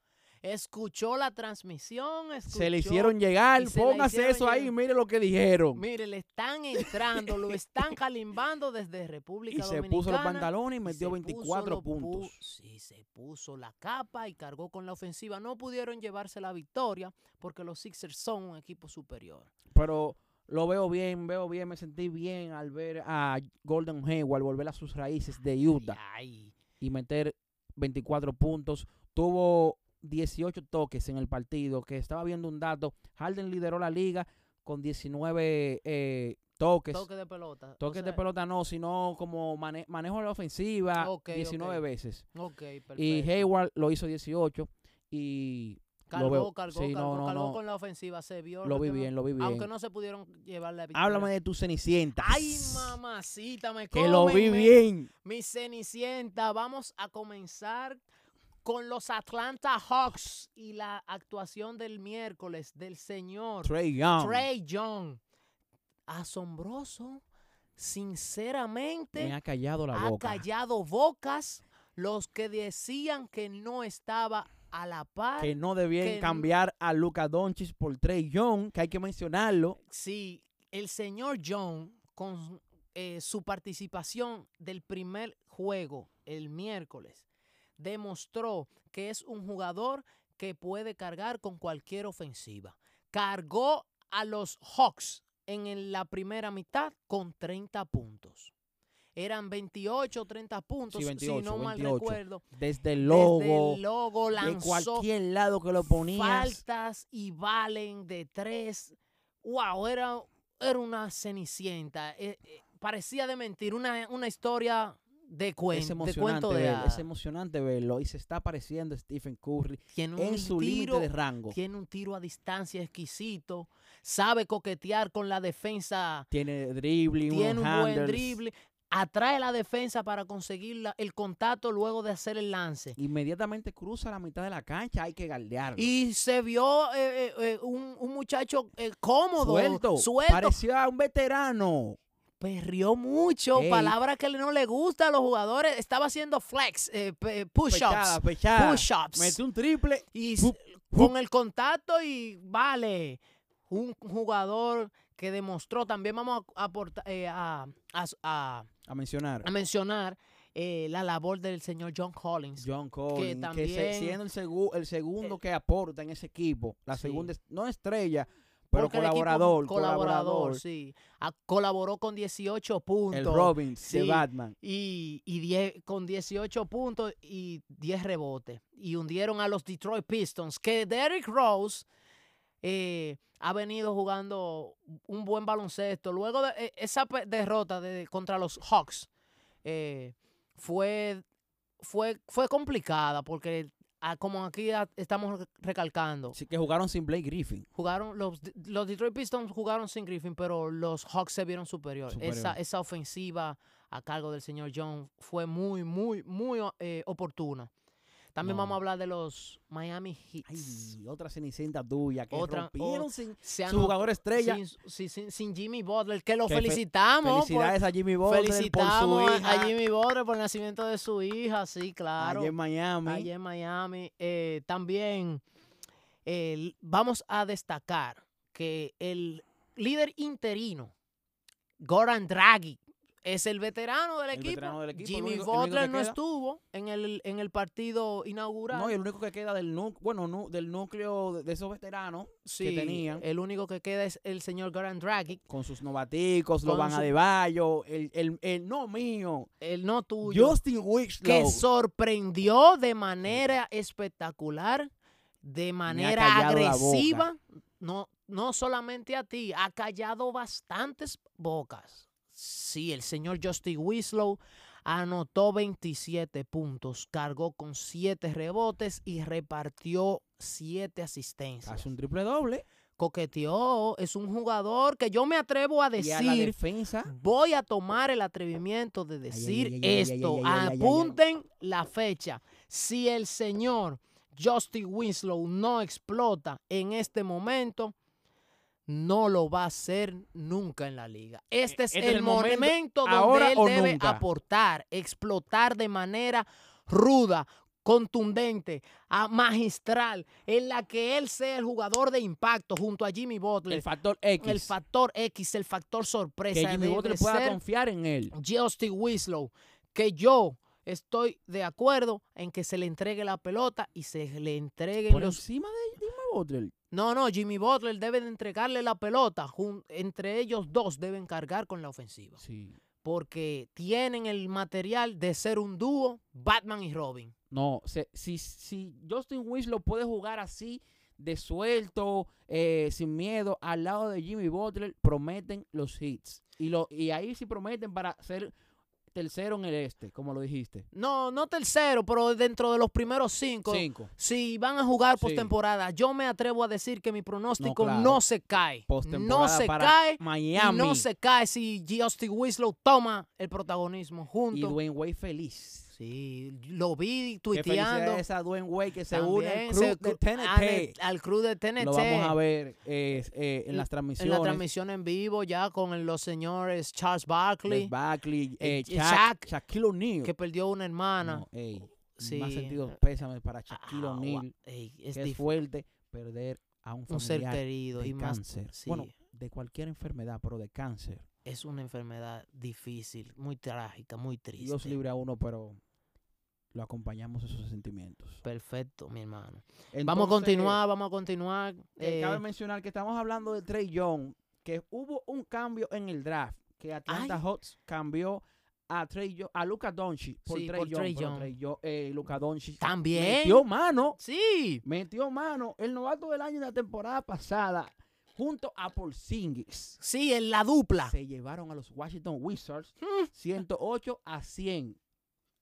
[SPEAKER 1] escuchó la transmisión,
[SPEAKER 2] Se le
[SPEAKER 1] escuchó-
[SPEAKER 2] hicieron llegar,
[SPEAKER 1] y se la
[SPEAKER 2] póngase
[SPEAKER 1] hicieron
[SPEAKER 2] eso ahí,
[SPEAKER 1] llegar.
[SPEAKER 2] mire lo que dijeron.
[SPEAKER 1] Mire, le están entrando, lo están calimbando desde República
[SPEAKER 2] y se puso los
[SPEAKER 1] Dominicana.
[SPEAKER 2] pantalones y
[SPEAKER 1] y
[SPEAKER 2] metió
[SPEAKER 1] se puso
[SPEAKER 2] 24
[SPEAKER 1] los pu-
[SPEAKER 2] puntos.
[SPEAKER 1] Sí, se puso la capa y cargó con la ofensiva. No pudieron llevarse la victoria porque los Sixers son un equipo superior.
[SPEAKER 2] Pero lo veo bien, veo bien, me sentí bien al ver a Golden Hayward volver a sus raíces de Utah
[SPEAKER 1] Ay,
[SPEAKER 2] y meter 24 puntos. Tuvo 18 toques en el partido, que estaba viendo un dato. Harden lideró la liga con 19 eh, toques.
[SPEAKER 1] toque de pelota. o
[SPEAKER 2] Toques de
[SPEAKER 1] sea,
[SPEAKER 2] pelota no, sino como mane- manejo de la ofensiva
[SPEAKER 1] Ok, ok.
[SPEAKER 2] 19 veces.
[SPEAKER 1] Ok, perfecto.
[SPEAKER 2] Y Hayward lo hizo 18 y
[SPEAKER 1] cargó,
[SPEAKER 2] veo.
[SPEAKER 1] cargó,
[SPEAKER 2] Sí, no,
[SPEAKER 1] cargó,
[SPEAKER 2] no,
[SPEAKER 1] cargó
[SPEAKER 2] no.
[SPEAKER 1] con la ofensiva. Se vio.
[SPEAKER 2] lo vi
[SPEAKER 1] que no-
[SPEAKER 2] bien, lo vi bien.
[SPEAKER 1] Aunque no se pudieron llevar la victoria.
[SPEAKER 2] Háblame de tus cenicientas.
[SPEAKER 1] Ay, mamacita, me
[SPEAKER 2] Que lo vi
[SPEAKER 1] comen, me-
[SPEAKER 2] bien.
[SPEAKER 1] Mi Cenicienta, vamos a comenzar con los Atlanta Hawks y la actuación del miércoles del señor
[SPEAKER 2] Trey Young.
[SPEAKER 1] Trey Young. Asombroso, sinceramente,
[SPEAKER 2] Me ha callado la
[SPEAKER 1] ha
[SPEAKER 2] boca.
[SPEAKER 1] callado bocas los que decían que no estaba a la par.
[SPEAKER 2] Que no debían
[SPEAKER 1] que n-
[SPEAKER 2] cambiar a Luca Doncic por Trey Young, que hay que mencionarlo.
[SPEAKER 1] Sí, el señor John, con eh, su participación del primer juego el miércoles, demostró que es un jugador que puede cargar con cualquier ofensiva. Cargó a los Hawks en el- la primera mitad con 30 puntos. Eran 28 o 30 puntos,
[SPEAKER 2] 28,
[SPEAKER 1] si no mal
[SPEAKER 2] 28.
[SPEAKER 1] recuerdo.
[SPEAKER 2] Desde el
[SPEAKER 1] Desde
[SPEAKER 2] logo,
[SPEAKER 1] el logo
[SPEAKER 2] de
[SPEAKER 1] lanzó
[SPEAKER 2] cualquier lado que lo ponías.
[SPEAKER 1] faltas y valen de tres. Wow, era, era una cenicienta. eh, eh, parecía de mentir, una, una historia de, cuen-
[SPEAKER 2] Es
[SPEAKER 1] de cuento
[SPEAKER 2] emocionante,
[SPEAKER 1] de
[SPEAKER 2] verlo, es
[SPEAKER 1] hadas.
[SPEAKER 2] emocionante verlo. Y se está pareciendo Stephen Curry
[SPEAKER 1] Tiene un
[SPEAKER 2] en su límite
[SPEAKER 1] tiro,
[SPEAKER 2] de rango.
[SPEAKER 1] tiene un tiro a distancia exquisito, sabe coquetear con la defensa,
[SPEAKER 2] Tiene dribbling,
[SPEAKER 1] tiene
[SPEAKER 2] unos
[SPEAKER 1] un buen
[SPEAKER 2] handles.
[SPEAKER 1] drible, atrae la defensa para conseguir la- el contacto luego de hacer el lance.
[SPEAKER 2] Inmediatamente cruza la mitad de la cancha, hay que galdearlo.
[SPEAKER 1] Y se vio eh, eh, eh, un, un muchacho eh, cómodo,
[SPEAKER 2] suelto,
[SPEAKER 1] suelto,
[SPEAKER 2] Parecía un veterano.
[SPEAKER 1] Perrió mucho,
[SPEAKER 2] Ey.
[SPEAKER 1] palabra que le- no le gusta a los jugadores. Estaba haciendo flex, eh, pe- push-ups,
[SPEAKER 2] Fechada, fechada.
[SPEAKER 1] push-ups.
[SPEAKER 2] Metió un triple.
[SPEAKER 1] Y s-
[SPEAKER 2] Hup,
[SPEAKER 1] con el contacto y vale, un jugador que demostró, también vamos a, aporta- eh, a- a- a-
[SPEAKER 2] A mencionar.
[SPEAKER 1] a mencionar eh, la labor del señor John Collins.
[SPEAKER 2] John Collins, que, se-
[SPEAKER 1] también- Eh.
[SPEAKER 2] siendo el, segu- el segundo que aporta en ese equipo, la
[SPEAKER 1] Sí.
[SPEAKER 2] segunda, es- no estrella, pero
[SPEAKER 1] Porque el equipo
[SPEAKER 2] colaborador, colaborador,
[SPEAKER 1] colaborador, sí. Ah, colaboró con 18
[SPEAKER 2] el
[SPEAKER 1] puntos.
[SPEAKER 2] Robbins de
[SPEAKER 1] Sí.
[SPEAKER 2] Batman.
[SPEAKER 1] y, y 10 con 18 puntos y 10 rebotes. Y hundieron a los Detroit Pistons, que Derrick Rose eh, ha venido jugando un buen baloncesto. Luego de eh, esa pe- derrota de- contra los Hawks eh, fue, fue, fue complicada porque ah, como aquí ah, estamos recalcando,
[SPEAKER 2] Así que jugaron sin Blake Griffin.
[SPEAKER 1] Jugaron, los, D- los Detroit Pistons jugaron sin Griffin, pero los Hawks se vieron superior. Esa,
[SPEAKER 2] Superior.
[SPEAKER 1] esa ofensiva a cargo del señor John fue muy, muy, muy o- eh, oportuna. También
[SPEAKER 2] No.
[SPEAKER 1] vamos a hablar de los Miami Heat.
[SPEAKER 2] Ay, otra cenicienta tuya que
[SPEAKER 1] Otra-
[SPEAKER 2] rompieron sin
[SPEAKER 1] Se
[SPEAKER 2] su
[SPEAKER 1] anotó
[SPEAKER 2] jugador estrella.
[SPEAKER 1] sin, sin- sin- sin Jimmy Butler, que lo
[SPEAKER 2] Que fe-
[SPEAKER 1] felicitamos. por-
[SPEAKER 2] Felicidades a Jimmy Butler
[SPEAKER 1] pues. felicitamos
[SPEAKER 2] por
[SPEAKER 1] a-
[SPEAKER 2] su hija
[SPEAKER 1] a Jimmy Butler por el nacimiento de su hija, sí, claro.
[SPEAKER 2] allá en Miami.
[SPEAKER 1] allá en Miami. Eh, también el- vamos a destacar que el líder interino, Goran Draghi, es el veterano del
[SPEAKER 2] El
[SPEAKER 1] equipo.
[SPEAKER 2] veterano del equipo, el
[SPEAKER 1] Jimmy
[SPEAKER 2] único- el único que
[SPEAKER 1] Butler no
[SPEAKER 2] queda.
[SPEAKER 1] estuvo en el, en el partido inaugural.
[SPEAKER 2] No, y el único que queda del núcleo, bueno, nu- del núcleo de, de esos veteranos
[SPEAKER 1] Sí,
[SPEAKER 2] tenían.
[SPEAKER 1] El único que queda es el señor Goran Dragic,
[SPEAKER 2] con sus novaticos, lo
[SPEAKER 1] Con
[SPEAKER 2] van
[SPEAKER 1] su-
[SPEAKER 2] a de Bayo, el, el, el no mío,
[SPEAKER 1] el no tuyo,
[SPEAKER 2] Justin Winslow.
[SPEAKER 1] que sorprendió de manera espectacular, de manera
[SPEAKER 2] callado la boca.
[SPEAKER 1] agresiva. no, no solamente a ti, ha callado bastantes bocas. Sí, el señor Justin Winslow anotó 27 puntos, cargó con 7 rebotes y repartió 7 asistencias.
[SPEAKER 2] Hace un triple doble.
[SPEAKER 1] Coqueteó, es un jugador que yo me atrevo a
[SPEAKER 2] Y a la
[SPEAKER 1] decir,
[SPEAKER 2] defensa.
[SPEAKER 1] voy a tomar el atrevimiento de decir
[SPEAKER 2] ay, ay, ay,
[SPEAKER 1] esto.
[SPEAKER 2] ay, ay, ay, ay, ay.
[SPEAKER 1] Apunten la fecha. Si el señor Justin Winslow no explota en este momento, no lo va a hacer nunca en la liga. Este es,
[SPEAKER 2] este
[SPEAKER 1] el, momento, donde
[SPEAKER 2] ahora
[SPEAKER 1] él
[SPEAKER 2] o
[SPEAKER 1] debe
[SPEAKER 2] nunca.
[SPEAKER 1] aportar, explotar de manera ruda, contundente, a- magistral, en la que él sea el jugador de impacto junto a Jimmy Butler.
[SPEAKER 2] El factor X.
[SPEAKER 1] El factor X, el factor sorpresa.
[SPEAKER 2] que Jimmy
[SPEAKER 1] debe
[SPEAKER 2] Butler pueda
[SPEAKER 1] ser
[SPEAKER 2] confiar en él.
[SPEAKER 1] Justin Winslow, que yo estoy de acuerdo en que se le entregue la pelota y se le entreguen
[SPEAKER 2] Por
[SPEAKER 1] los...
[SPEAKER 2] encima de Jimmy Butler.
[SPEAKER 1] No, no, Jimmy Butler debe de entregarle la pelota. jun- Entre ellos dos deben cargar con la ofensiva.
[SPEAKER 2] Sí.
[SPEAKER 1] Porque tienen el material de ser un dúo Batman y Robin.
[SPEAKER 2] No, se- si, si Justin Winslow puede jugar así, de suelto, eh, sin miedo, al lado de Jimmy Butler, prometen los hits. Y, lo, y ahí sí prometen para ser tercero en el este, como lo dijiste.
[SPEAKER 1] No, no tercero, pero dentro de los primeros cinco.
[SPEAKER 2] Cinco.
[SPEAKER 1] Si van a jugar
[SPEAKER 2] Sí.
[SPEAKER 1] postemporada, yo me atrevo a decir que mi pronóstico no,
[SPEAKER 2] claro.
[SPEAKER 1] se cae. No
[SPEAKER 2] Postemporada
[SPEAKER 1] se
[SPEAKER 2] para
[SPEAKER 1] cae. y
[SPEAKER 2] Miami.
[SPEAKER 1] no se cae si Justin Winslow toma el protagonismo
[SPEAKER 2] y
[SPEAKER 1] junto.
[SPEAKER 2] Dwayne Wade feliz.
[SPEAKER 1] Sí, lo vi
[SPEAKER 2] Qué
[SPEAKER 1] tuiteando.
[SPEAKER 2] felicidades a Dwayne Wade que se une al
[SPEAKER 1] También
[SPEAKER 2] crew
[SPEAKER 1] se
[SPEAKER 2] de
[SPEAKER 1] cru- al- e-
[SPEAKER 2] TNT.
[SPEAKER 1] Al crew de TNT.
[SPEAKER 2] Lo vamos a ver eh, eh, en las
[SPEAKER 1] En la
[SPEAKER 2] transmisiones.
[SPEAKER 1] transmisión en vivo ya con el- los señores Charles
[SPEAKER 2] Les
[SPEAKER 1] Barkley,
[SPEAKER 2] Barkley,
[SPEAKER 1] Eh,
[SPEAKER 2] eh,
[SPEAKER 1] eh,
[SPEAKER 2] Shaq,
[SPEAKER 1] Shaq.
[SPEAKER 2] Shaquille O'Neal.
[SPEAKER 1] que perdió una hermana.
[SPEAKER 2] No, ey,
[SPEAKER 1] Sí.
[SPEAKER 2] Más sentido pésame para Shaquille
[SPEAKER 1] Ah, gua-
[SPEAKER 2] O'Neal.
[SPEAKER 1] ey,
[SPEAKER 2] que
[SPEAKER 1] es
[SPEAKER 2] Es,
[SPEAKER 1] dif-
[SPEAKER 2] fuerte perder a un
[SPEAKER 1] un ser
[SPEAKER 2] familiar
[SPEAKER 1] querido
[SPEAKER 2] de
[SPEAKER 1] y más
[SPEAKER 2] cáncer.
[SPEAKER 1] sí.
[SPEAKER 2] Bueno, de cualquier enfermedad, pero de cáncer.
[SPEAKER 1] es una enfermedad difícil, muy trágica, muy triste.
[SPEAKER 2] Dios libre a uno, pero lo acompañamos esos sentimientos.
[SPEAKER 1] Perfecto, mi hermano. vamos a
[SPEAKER 2] Entonces,
[SPEAKER 1] continuar, vamos a continuar.
[SPEAKER 2] eh, cabe
[SPEAKER 1] eh,
[SPEAKER 2] mencionar que estamos hablando de Trey Young, que hubo un cambio en el draft, que Atlanta
[SPEAKER 1] Ay.
[SPEAKER 2] Hawks cambió a Trey Young- a Luca Doncic por
[SPEAKER 1] Sí,
[SPEAKER 2] Trey
[SPEAKER 1] por
[SPEAKER 2] Young,
[SPEAKER 1] Trey
[SPEAKER 2] pero
[SPEAKER 1] Young.
[SPEAKER 2] Trey Young, eh, Luka Doncic
[SPEAKER 1] También.
[SPEAKER 2] metió mano
[SPEAKER 1] Sí.
[SPEAKER 2] metió mano el novato del año de la temporada pasada junto a Porzingis.
[SPEAKER 1] Sí, en la dupla.
[SPEAKER 2] Se llevaron a los Washington Wizards
[SPEAKER 1] Mm.
[SPEAKER 2] 108 a 100.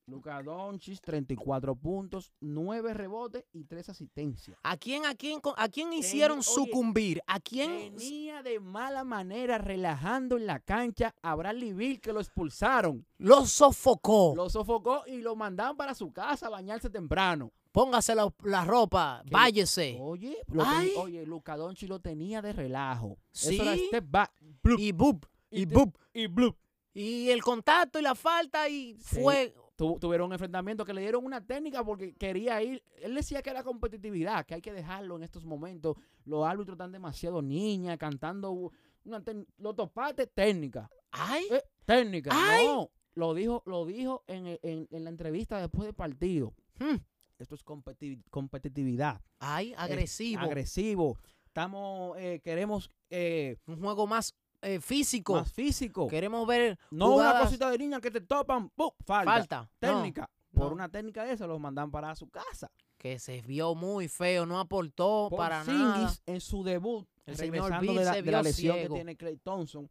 [SPEAKER 2] Luka Doncic 34 puntos, 9 rebotes y 3 asistencias.
[SPEAKER 1] ¿A quién, a quién, co- a quién hicieron
[SPEAKER 2] oye,
[SPEAKER 1] sucumbir? ¿A quién?
[SPEAKER 2] Venía Eh, de mala manera relajando en la cancha a Bradley Bill que lo expulsaron.
[SPEAKER 1] Lo sofocó.
[SPEAKER 2] Lo sofocó y lo mandaron para su casa a bañarse temprano.
[SPEAKER 1] Póngase la, la ropa,
[SPEAKER 2] Que- Oh,
[SPEAKER 1] váyese.
[SPEAKER 2] Oye, lo ten-
[SPEAKER 1] Eh. Ay.
[SPEAKER 2] oye, Luka Doncic lo tenía de relajo. Eso era
[SPEAKER 1] Sí.
[SPEAKER 2] step back.
[SPEAKER 1] Y boop, y
[SPEAKER 2] Y te-
[SPEAKER 1] boop.
[SPEAKER 2] Y blue.
[SPEAKER 1] Y el contacto y la falta y
[SPEAKER 2] Sí.
[SPEAKER 1] fue.
[SPEAKER 2] tu- tuvieron un enfrentamiento que le dieron una técnica porque quería ir. Él decía que era competitividad, que hay que dejarlo en estos momentos. Los árbitros están demasiado niña cantando u- una tec- los topates técnica.
[SPEAKER 1] ¡Ay!
[SPEAKER 2] Eh, técnica.
[SPEAKER 1] ¡Ay!
[SPEAKER 2] No. Lo dijo, lo dijo en, el- en- en la entrevista después del partido.
[SPEAKER 1] Hmm.
[SPEAKER 2] Esto es competi- competitividad.
[SPEAKER 1] ¡Ay!
[SPEAKER 2] eh,
[SPEAKER 1] Agresivo.
[SPEAKER 2] Agresivo. Estamos, eh, queremos eh,
[SPEAKER 1] Un juego más eh, físico.
[SPEAKER 2] más físico.
[SPEAKER 1] Queremos ver
[SPEAKER 2] no
[SPEAKER 1] jugadas-
[SPEAKER 2] una cosita de niña que te topan. ¡pum! Falta.
[SPEAKER 1] falta. No,
[SPEAKER 2] Técnica. Por
[SPEAKER 1] no.
[SPEAKER 2] una técnica de esa los mandan para su casa.
[SPEAKER 1] que se vio muy feo, no aportó para
[SPEAKER 2] Porzingis,
[SPEAKER 1] nada.
[SPEAKER 2] en su debut,
[SPEAKER 1] El señor
[SPEAKER 2] regresando
[SPEAKER 1] Bill
[SPEAKER 2] de la,
[SPEAKER 1] se
[SPEAKER 2] de la
[SPEAKER 1] vio
[SPEAKER 2] lesión
[SPEAKER 1] ciego.
[SPEAKER 2] que tiene Clay Thompson,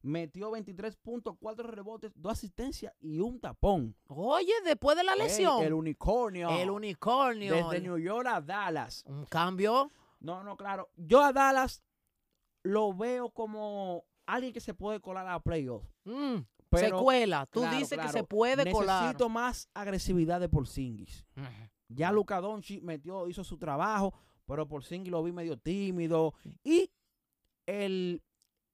[SPEAKER 2] metió 23.4 rebotes, dos asistencias y un tapón.
[SPEAKER 1] Oye, después de la
[SPEAKER 2] Ey,
[SPEAKER 1] lesión,
[SPEAKER 2] el unicornio.
[SPEAKER 1] el unicornio.
[SPEAKER 2] Desde
[SPEAKER 1] el-
[SPEAKER 2] New York a Dallas.
[SPEAKER 1] un cambio.
[SPEAKER 2] No, no, claro. Yo a Dallas lo veo como alguien que se puede colar a playoffs.
[SPEAKER 1] mm, se
[SPEAKER 2] Pero
[SPEAKER 1] cuela. Tú
[SPEAKER 2] claro,
[SPEAKER 1] dices que se
[SPEAKER 2] claro,
[SPEAKER 1] puede colar.
[SPEAKER 2] necesito más agresividad de Porzingis.
[SPEAKER 1] Ujú.
[SPEAKER 2] Ya
[SPEAKER 1] Ujú.
[SPEAKER 2] Luka Doncic metió, hizo su trabajo, pero por Porzingis lo vi medio tímido. Y el,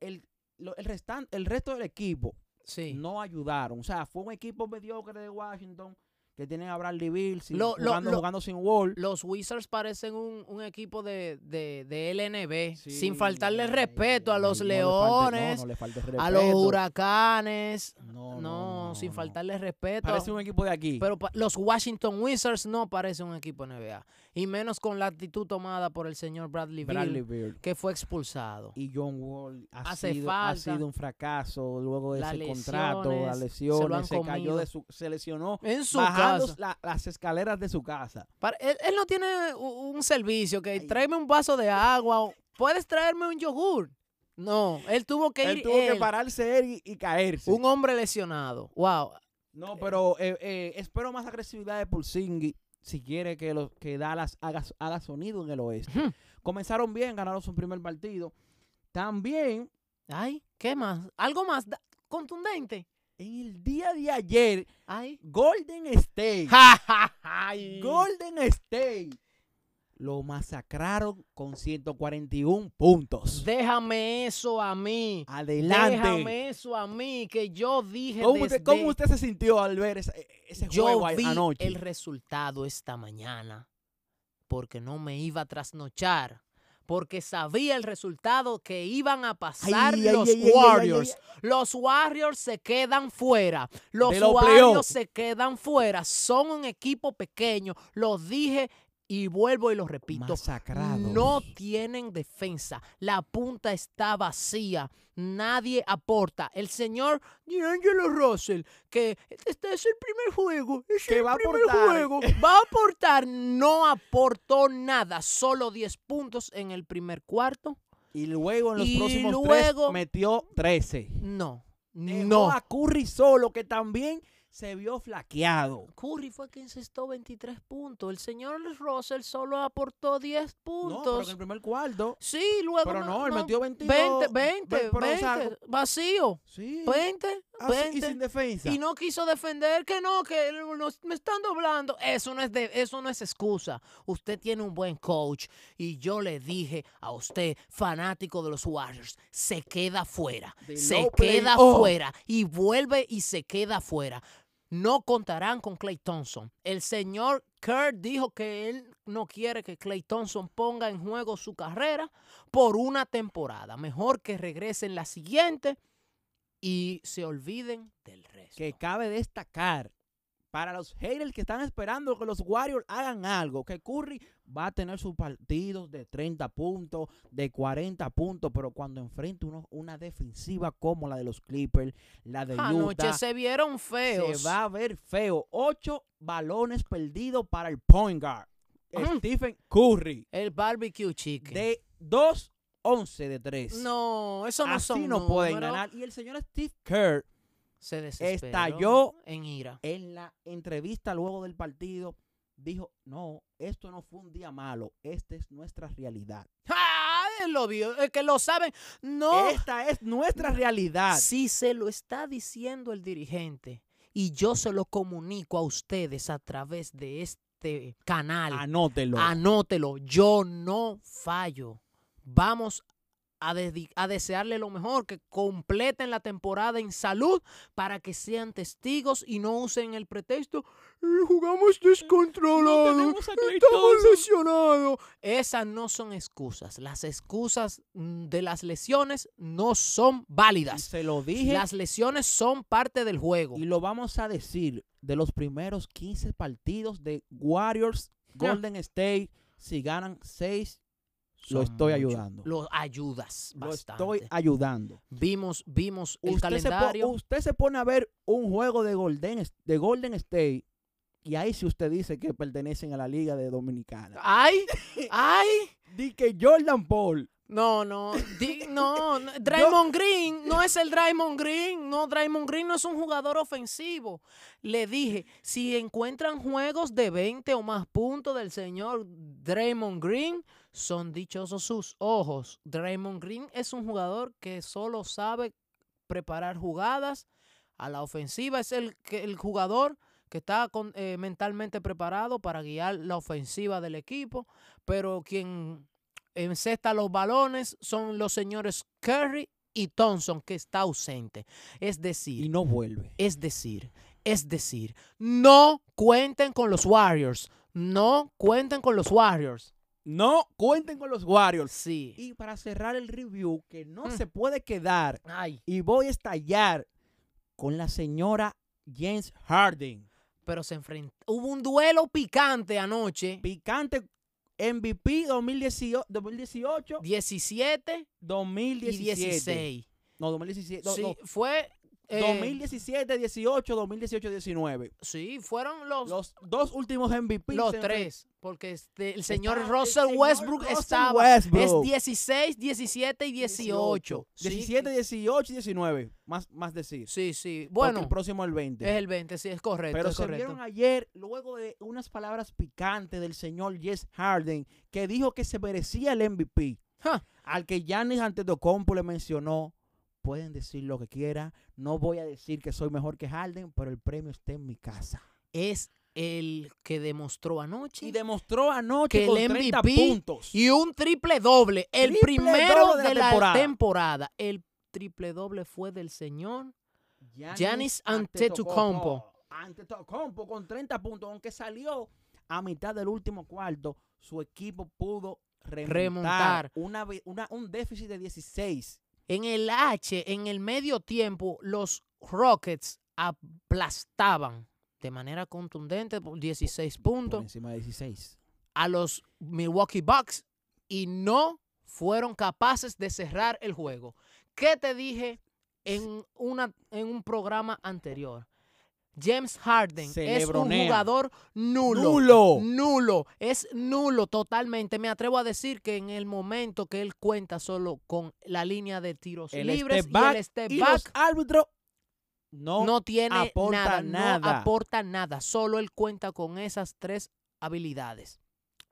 [SPEAKER 2] el, lo- el, restan- el resto del equipo
[SPEAKER 1] Sí.
[SPEAKER 2] no ayudaron. O sea, fue un equipo mediocre de Washington que tienen a Bradley Bill sin-
[SPEAKER 1] Lo- lo-
[SPEAKER 2] jugando,
[SPEAKER 1] lo-
[SPEAKER 2] jugando sin Wall.
[SPEAKER 1] Los Wizards parecen un, un equipo de, de, de LNB,
[SPEAKER 2] Sí,
[SPEAKER 1] sin faltarle
[SPEAKER 2] ay,
[SPEAKER 1] respeto a
[SPEAKER 2] ay,
[SPEAKER 1] los
[SPEAKER 2] no le falte-
[SPEAKER 1] leones,
[SPEAKER 2] no, no le falte
[SPEAKER 1] a los
[SPEAKER 2] respeto.
[SPEAKER 1] huracanes.
[SPEAKER 2] No,
[SPEAKER 1] No,
[SPEAKER 2] no, no,
[SPEAKER 1] sin
[SPEAKER 2] no.
[SPEAKER 1] faltarle respeto. a-
[SPEAKER 2] Parece un equipo de aquí.
[SPEAKER 1] Pero pa- los Washington Wizards no parecen un equipo NBA. Y menos con la actitud tomada por el señor Bradley, Beal,
[SPEAKER 2] Bradley Beal.
[SPEAKER 1] que fue expulsado.
[SPEAKER 2] Y John Wall ha,
[SPEAKER 1] Hace
[SPEAKER 2] sido, ha
[SPEAKER 1] falta.
[SPEAKER 2] sido un fracaso luego de
[SPEAKER 1] Las
[SPEAKER 2] ese contrato, las
[SPEAKER 1] lesiones,
[SPEAKER 2] lesiones,
[SPEAKER 1] se lo han
[SPEAKER 2] se cayó
[SPEAKER 1] comido.
[SPEAKER 2] de su, se lesionó
[SPEAKER 1] En su
[SPEAKER 2] bajando
[SPEAKER 1] casa.
[SPEAKER 2] la- las escaleras de su casa.
[SPEAKER 1] Para- él, él no tiene u- un servicio que
[SPEAKER 2] Ay.
[SPEAKER 1] tráeme un vaso de agua, o ¿puedes traerme un yogur? No, él tuvo que
[SPEAKER 2] Él
[SPEAKER 1] ir
[SPEAKER 2] tuvo que
[SPEAKER 1] él,
[SPEAKER 2] pararse él y, y caerse.
[SPEAKER 1] un hombre lesionado. Wow,
[SPEAKER 2] No, pero eh, eh, espero más agresividad de Pulsingi si quiere que, los que Dallas haga, haga sonido en el oeste.
[SPEAKER 1] Ujú.
[SPEAKER 2] Comenzaron bien, ganaron su primer partido. También
[SPEAKER 1] ay, ¿qué más? Algo más da- contundente.
[SPEAKER 2] en el día de ayer,
[SPEAKER 1] Ay.
[SPEAKER 2] Golden State.
[SPEAKER 1] Ay.
[SPEAKER 2] Golden State. Lo masacraron con 141 puntos.
[SPEAKER 1] Déjame eso a mí.
[SPEAKER 2] Adelante.
[SPEAKER 1] Déjame eso a mí que yo dije
[SPEAKER 2] ¿Cómo, usted,
[SPEAKER 1] desde-
[SPEAKER 2] cómo usted se sintió al ver esa- ese
[SPEAKER 1] yo
[SPEAKER 2] juego a-
[SPEAKER 1] vi
[SPEAKER 2] anoche?
[SPEAKER 1] el resultado esta mañana porque no me iba a trasnochar. Porque sabía el resultado que iban a pasar
[SPEAKER 2] Ay, ay,
[SPEAKER 1] los
[SPEAKER 2] ay, ay, ay, ay,
[SPEAKER 1] Warriors.
[SPEAKER 2] ay,
[SPEAKER 1] Los Warriors se quedan fuera. Los
[SPEAKER 2] los
[SPEAKER 1] Warriors
[SPEAKER 2] playoffs.
[SPEAKER 1] se quedan fuera. Son un equipo pequeño. Lo dije y vuelvo y lo repito.
[SPEAKER 2] Masacrados.
[SPEAKER 1] No tienen defensa. La punta está vacía. Nadie aporta. El señor D'Angelo Russell, que este es el primer juego, es
[SPEAKER 2] Que
[SPEAKER 1] el
[SPEAKER 2] va a
[SPEAKER 1] primer
[SPEAKER 2] aportar.
[SPEAKER 1] juego, va a aportar. No aportó nada. Solo 10 puntos en el primer cuarto.
[SPEAKER 2] Y luego en los
[SPEAKER 1] Y
[SPEAKER 2] próximos
[SPEAKER 1] luego-
[SPEAKER 2] tres metió 13.
[SPEAKER 1] No.
[SPEAKER 2] Dejó
[SPEAKER 1] no.
[SPEAKER 2] a Curry solo, que también se vio flaqueado.
[SPEAKER 1] Curry fue quien encestó 23 puntos. El señor Russell solo aportó 10
[SPEAKER 2] No, pero
[SPEAKER 1] puntos.
[SPEAKER 2] en el primer cuarto.
[SPEAKER 1] Sí, luego.
[SPEAKER 2] Pero no, él metió 22.
[SPEAKER 1] 20, 20,
[SPEAKER 2] Ve- pero, o sea,
[SPEAKER 1] 20, vacío.
[SPEAKER 2] Sí.
[SPEAKER 1] 20,
[SPEAKER 2] así,
[SPEAKER 1] 20.
[SPEAKER 2] y sin defensa.
[SPEAKER 1] y no quiso defender que no, que nos- me están doblando. Eso no, es de, eso no es excusa. Usted tiene un buen coach. Y yo le dije a usted, fanático de los Warriors, se queda fuera.
[SPEAKER 2] De
[SPEAKER 1] se
[SPEAKER 2] no
[SPEAKER 1] queda
[SPEAKER 2] playoff.
[SPEAKER 1] fuera. Y vuelve y se queda fuera. No contarán con Clay Thompson. El señor Kerr dijo que él no quiere que Clay Thompson ponga en juego su carrera por una temporada. Mejor que regrese en la siguiente y se olviden del resto.
[SPEAKER 2] que cabe destacar para los haters que están esperando que los Warriors hagan algo, que Curry va a tener sus partidos de 30 puntos, de 40 puntos, pero cuando enfrente uno- una defensiva como la de los Clippers, la de
[SPEAKER 1] Anoche
[SPEAKER 2] Utah,
[SPEAKER 1] se vieron feos.
[SPEAKER 2] se va a ver feo. Ocho balones perdidos para el point guard,
[SPEAKER 1] Ujú.
[SPEAKER 2] Stephen Curry,
[SPEAKER 1] El barbecue chicken.
[SPEAKER 2] de 2-11 de 3.
[SPEAKER 1] No, eso no
[SPEAKER 2] Así
[SPEAKER 1] son
[SPEAKER 2] no pueden
[SPEAKER 1] números.
[SPEAKER 2] ganar. Y el señor Steve Kerr
[SPEAKER 1] Se desesperó
[SPEAKER 2] Estalló.
[SPEAKER 1] en ira.
[SPEAKER 2] en la entrevista luego del partido dijo, no, esto no fue un día malo, esta es nuestra realidad.
[SPEAKER 1] ¡Ah! Él lo vio. Es que lo saben. No.
[SPEAKER 2] Esta es nuestra realidad.
[SPEAKER 1] Si se lo está diciendo el dirigente y yo se lo comunico a ustedes a través de este canal,
[SPEAKER 2] Anótelo.
[SPEAKER 1] Anótelo, yo no fallo. Vamos a, dedi- a desearle lo mejor, que completen la temporada en salud para que sean testigos y no usen el pretexto, "Eh, jugamos descontrolado,
[SPEAKER 2] tenemos a Klay
[SPEAKER 1] estamos
[SPEAKER 2] Thompson".
[SPEAKER 1] lesionados. Esas no son excusas. Las excusas mm, de las lesiones no son
[SPEAKER 2] Y
[SPEAKER 1] válidas.
[SPEAKER 2] se lo dije
[SPEAKER 1] Las lesiones son parte del juego.
[SPEAKER 2] y lo vamos a decir de los primeros 15 partidos de Warriors Golden State. Si ganan 6, lo
[SPEAKER 1] Son
[SPEAKER 2] estoy
[SPEAKER 1] mucho.
[SPEAKER 2] ayudando.
[SPEAKER 1] Lo ayudas
[SPEAKER 2] Lo
[SPEAKER 1] bastante.
[SPEAKER 2] estoy ayudando.
[SPEAKER 1] Vimos, vimos el
[SPEAKER 2] se po-
[SPEAKER 1] calendario.
[SPEAKER 2] usted se pone a ver un juego de Golden, de Golden State y ahí si usted dice que pertenecen a la Liga de Dominicana.
[SPEAKER 1] Ay, ay.
[SPEAKER 2] Di que Jordan Paul
[SPEAKER 1] No, no, di- no, no, Draymond Green no es el Draymond Green, no, Draymond Green no es un jugador ofensivo. Le dije, si encuentran juegos de 20 o más puntos del señor Draymond Green, son dichosos sus ojos. Draymond Green es un jugador que solo sabe preparar jugadas a la ofensiva, es el, que- el jugador que está con- eh, mentalmente preparado para guiar la ofensiva del equipo, pero quien encesta los balones son los señores Curry y Thompson, que está ausente. Es
[SPEAKER 2] y
[SPEAKER 1] decir,
[SPEAKER 2] no vuelve.
[SPEAKER 1] es decir, es decir, no cuenten con los Warriors. No cuenten con los Warriors.
[SPEAKER 2] No cuenten con los Warriors.
[SPEAKER 1] Sí.
[SPEAKER 2] Y para cerrar el review, que no
[SPEAKER 1] Mm.
[SPEAKER 2] se puede quedar
[SPEAKER 1] Ay,
[SPEAKER 2] y voy a estallar con la señora James Harden.
[SPEAKER 1] pero se enfrentó. Hubo un duelo picante anoche.
[SPEAKER 2] Picante MVP 2018, 2018
[SPEAKER 1] 17 y
[SPEAKER 2] 2017.
[SPEAKER 1] 16.
[SPEAKER 2] No, 2017. no,
[SPEAKER 1] Sí,
[SPEAKER 2] no,
[SPEAKER 1] fue eh,
[SPEAKER 2] 2017, 18, 2018, 19.
[SPEAKER 1] Sí, fueron los, los,
[SPEAKER 2] Los dos últimos MVP. se-
[SPEAKER 1] tres. Porque este, el señor
[SPEAKER 2] Estaba- el
[SPEAKER 1] Russell
[SPEAKER 2] señor
[SPEAKER 1] Westbrook
[SPEAKER 2] Russell
[SPEAKER 1] estaba.
[SPEAKER 2] Westbrook.
[SPEAKER 1] Es 16, 17 y 18. Sí,
[SPEAKER 2] 17, 18 y 19. Más, más decir.
[SPEAKER 1] Sí, sí.
[SPEAKER 2] Porque
[SPEAKER 1] Bueno,
[SPEAKER 2] el próximo es el 20.
[SPEAKER 1] es el 20, sí, es correcto.
[SPEAKER 2] Pero
[SPEAKER 1] es
[SPEAKER 2] se
[SPEAKER 1] correcto.
[SPEAKER 2] vieron ayer, luego de unas palabras picantes del señor Jess Harden, que dijo que se merecía el MVP.
[SPEAKER 1] Ja.
[SPEAKER 2] Al que Giannis Antetokounmpo le mencionó, pueden decir lo que quieran, no voy a decir que soy mejor que Harden, pero el premio está en mi casa.
[SPEAKER 1] Es el que demostró anoche.
[SPEAKER 2] Y
[SPEAKER 1] Y,
[SPEAKER 2] demostró anoche
[SPEAKER 1] Que
[SPEAKER 2] con
[SPEAKER 1] el
[SPEAKER 2] 30
[SPEAKER 1] MVP
[SPEAKER 2] puntos.
[SPEAKER 1] un triple doble. El
[SPEAKER 2] Triple
[SPEAKER 1] primero
[SPEAKER 2] doble
[SPEAKER 1] de, la, temporada.
[SPEAKER 2] temporada.
[SPEAKER 1] El triple doble fue del señor. Giannis
[SPEAKER 2] Giannis
[SPEAKER 1] Antetokounmpo.
[SPEAKER 2] Antetokounmpo con 30 puntos, aunque salió a mitad del último cuarto, su equipo pudo remontar,
[SPEAKER 1] Remontar.
[SPEAKER 2] una ve- una- un déficit de 16.
[SPEAKER 1] En el H, en el medio tiempo, los Rockets aplastaban de manera contundente por 16
[SPEAKER 2] Por
[SPEAKER 1] puntos
[SPEAKER 2] encima de 16.
[SPEAKER 1] a los Milwaukee Bucks y no fueron capaces de cerrar el juego. ¿Qué te dije en, una, en un programa anterior? James Harden es un
[SPEAKER 2] Celebronea.
[SPEAKER 1] jugador nulo.
[SPEAKER 2] ¡Nulo!
[SPEAKER 1] Nulo, es nulo totalmente. Me atrevo a decir que en el momento que él cuenta solo con la línea de tiros
[SPEAKER 2] El
[SPEAKER 1] libres
[SPEAKER 2] step back
[SPEAKER 1] y el step
[SPEAKER 2] Y los
[SPEAKER 1] Eh, back
[SPEAKER 2] árbitros no,
[SPEAKER 1] no tiene
[SPEAKER 2] aporta
[SPEAKER 1] nada, no
[SPEAKER 2] nada.
[SPEAKER 1] aporta nada. Solo él cuenta con esas tres habilidades.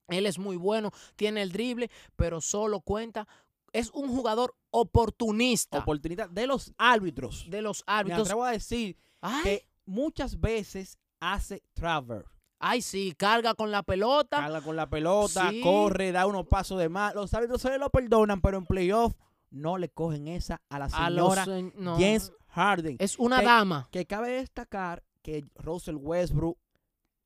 [SPEAKER 1] Él es muy bueno, tiene el drible, pero solo cuenta. Es un jugador oportunista
[SPEAKER 2] oportunidad de los árbitros.
[SPEAKER 1] de los
[SPEAKER 2] Me
[SPEAKER 1] árbitros.
[SPEAKER 2] atrevo a decir
[SPEAKER 1] Ay,
[SPEAKER 2] que muchas veces hace traver.
[SPEAKER 1] ay, sí, carga con la pelota.
[SPEAKER 2] Carga con la pelota,
[SPEAKER 1] Sí.
[SPEAKER 2] corre, da unos pasos de más. Los árbitros se lo perdonan, pero en playoff no le cogen esa a la
[SPEAKER 1] a los,
[SPEAKER 2] señora
[SPEAKER 1] eh, no.
[SPEAKER 2] James Harden.
[SPEAKER 1] Es una
[SPEAKER 2] que-
[SPEAKER 1] dama.
[SPEAKER 2] Que cabe destacar que Russell Westbrook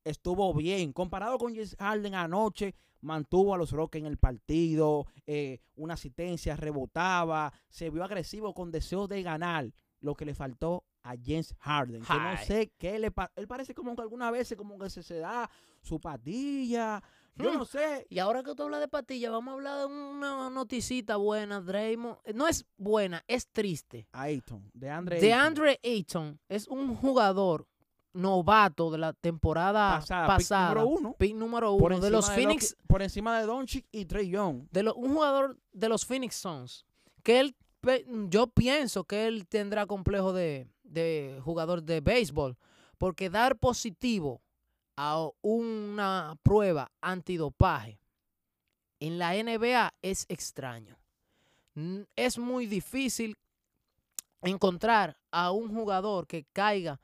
[SPEAKER 2] estuvo bien. Comparado con James Harden anoche, mantuvo a los Rockets en el partido, eh, una asistencia, rebotaba, se vio agresivo con deseos de ganar. Lo que le faltó a James Harden. Que no
[SPEAKER 1] Ay.
[SPEAKER 2] sé qué le pa- Él parece como que algunas veces como que se, se da su patilla. Yo
[SPEAKER 1] Hmm.
[SPEAKER 2] no sé.
[SPEAKER 1] Y ahora que tú hablas de patilla, vamos a hablar de una noticita buena, Draymond. No es buena, es triste.
[SPEAKER 2] Ayton, de Andre.
[SPEAKER 1] De Andre Ayton es un jugador novato de la temporada
[SPEAKER 2] pasada,
[SPEAKER 1] ah, pasada.
[SPEAKER 2] pick número uno.
[SPEAKER 1] pick número
[SPEAKER 2] por
[SPEAKER 1] uno de
[SPEAKER 2] encima
[SPEAKER 1] los Phoenix,
[SPEAKER 2] Doncic- por encima de Doncic y Trey Young.
[SPEAKER 1] de lo- un jugador de los Phoenix Suns, que él, pe- yo pienso que él tendrá complejo de, de jugador de béisbol, porque dar positivo a o- una prueba antidopaje en la NBA es extraño. N- Es muy difícil encontrar a un jugador que caiga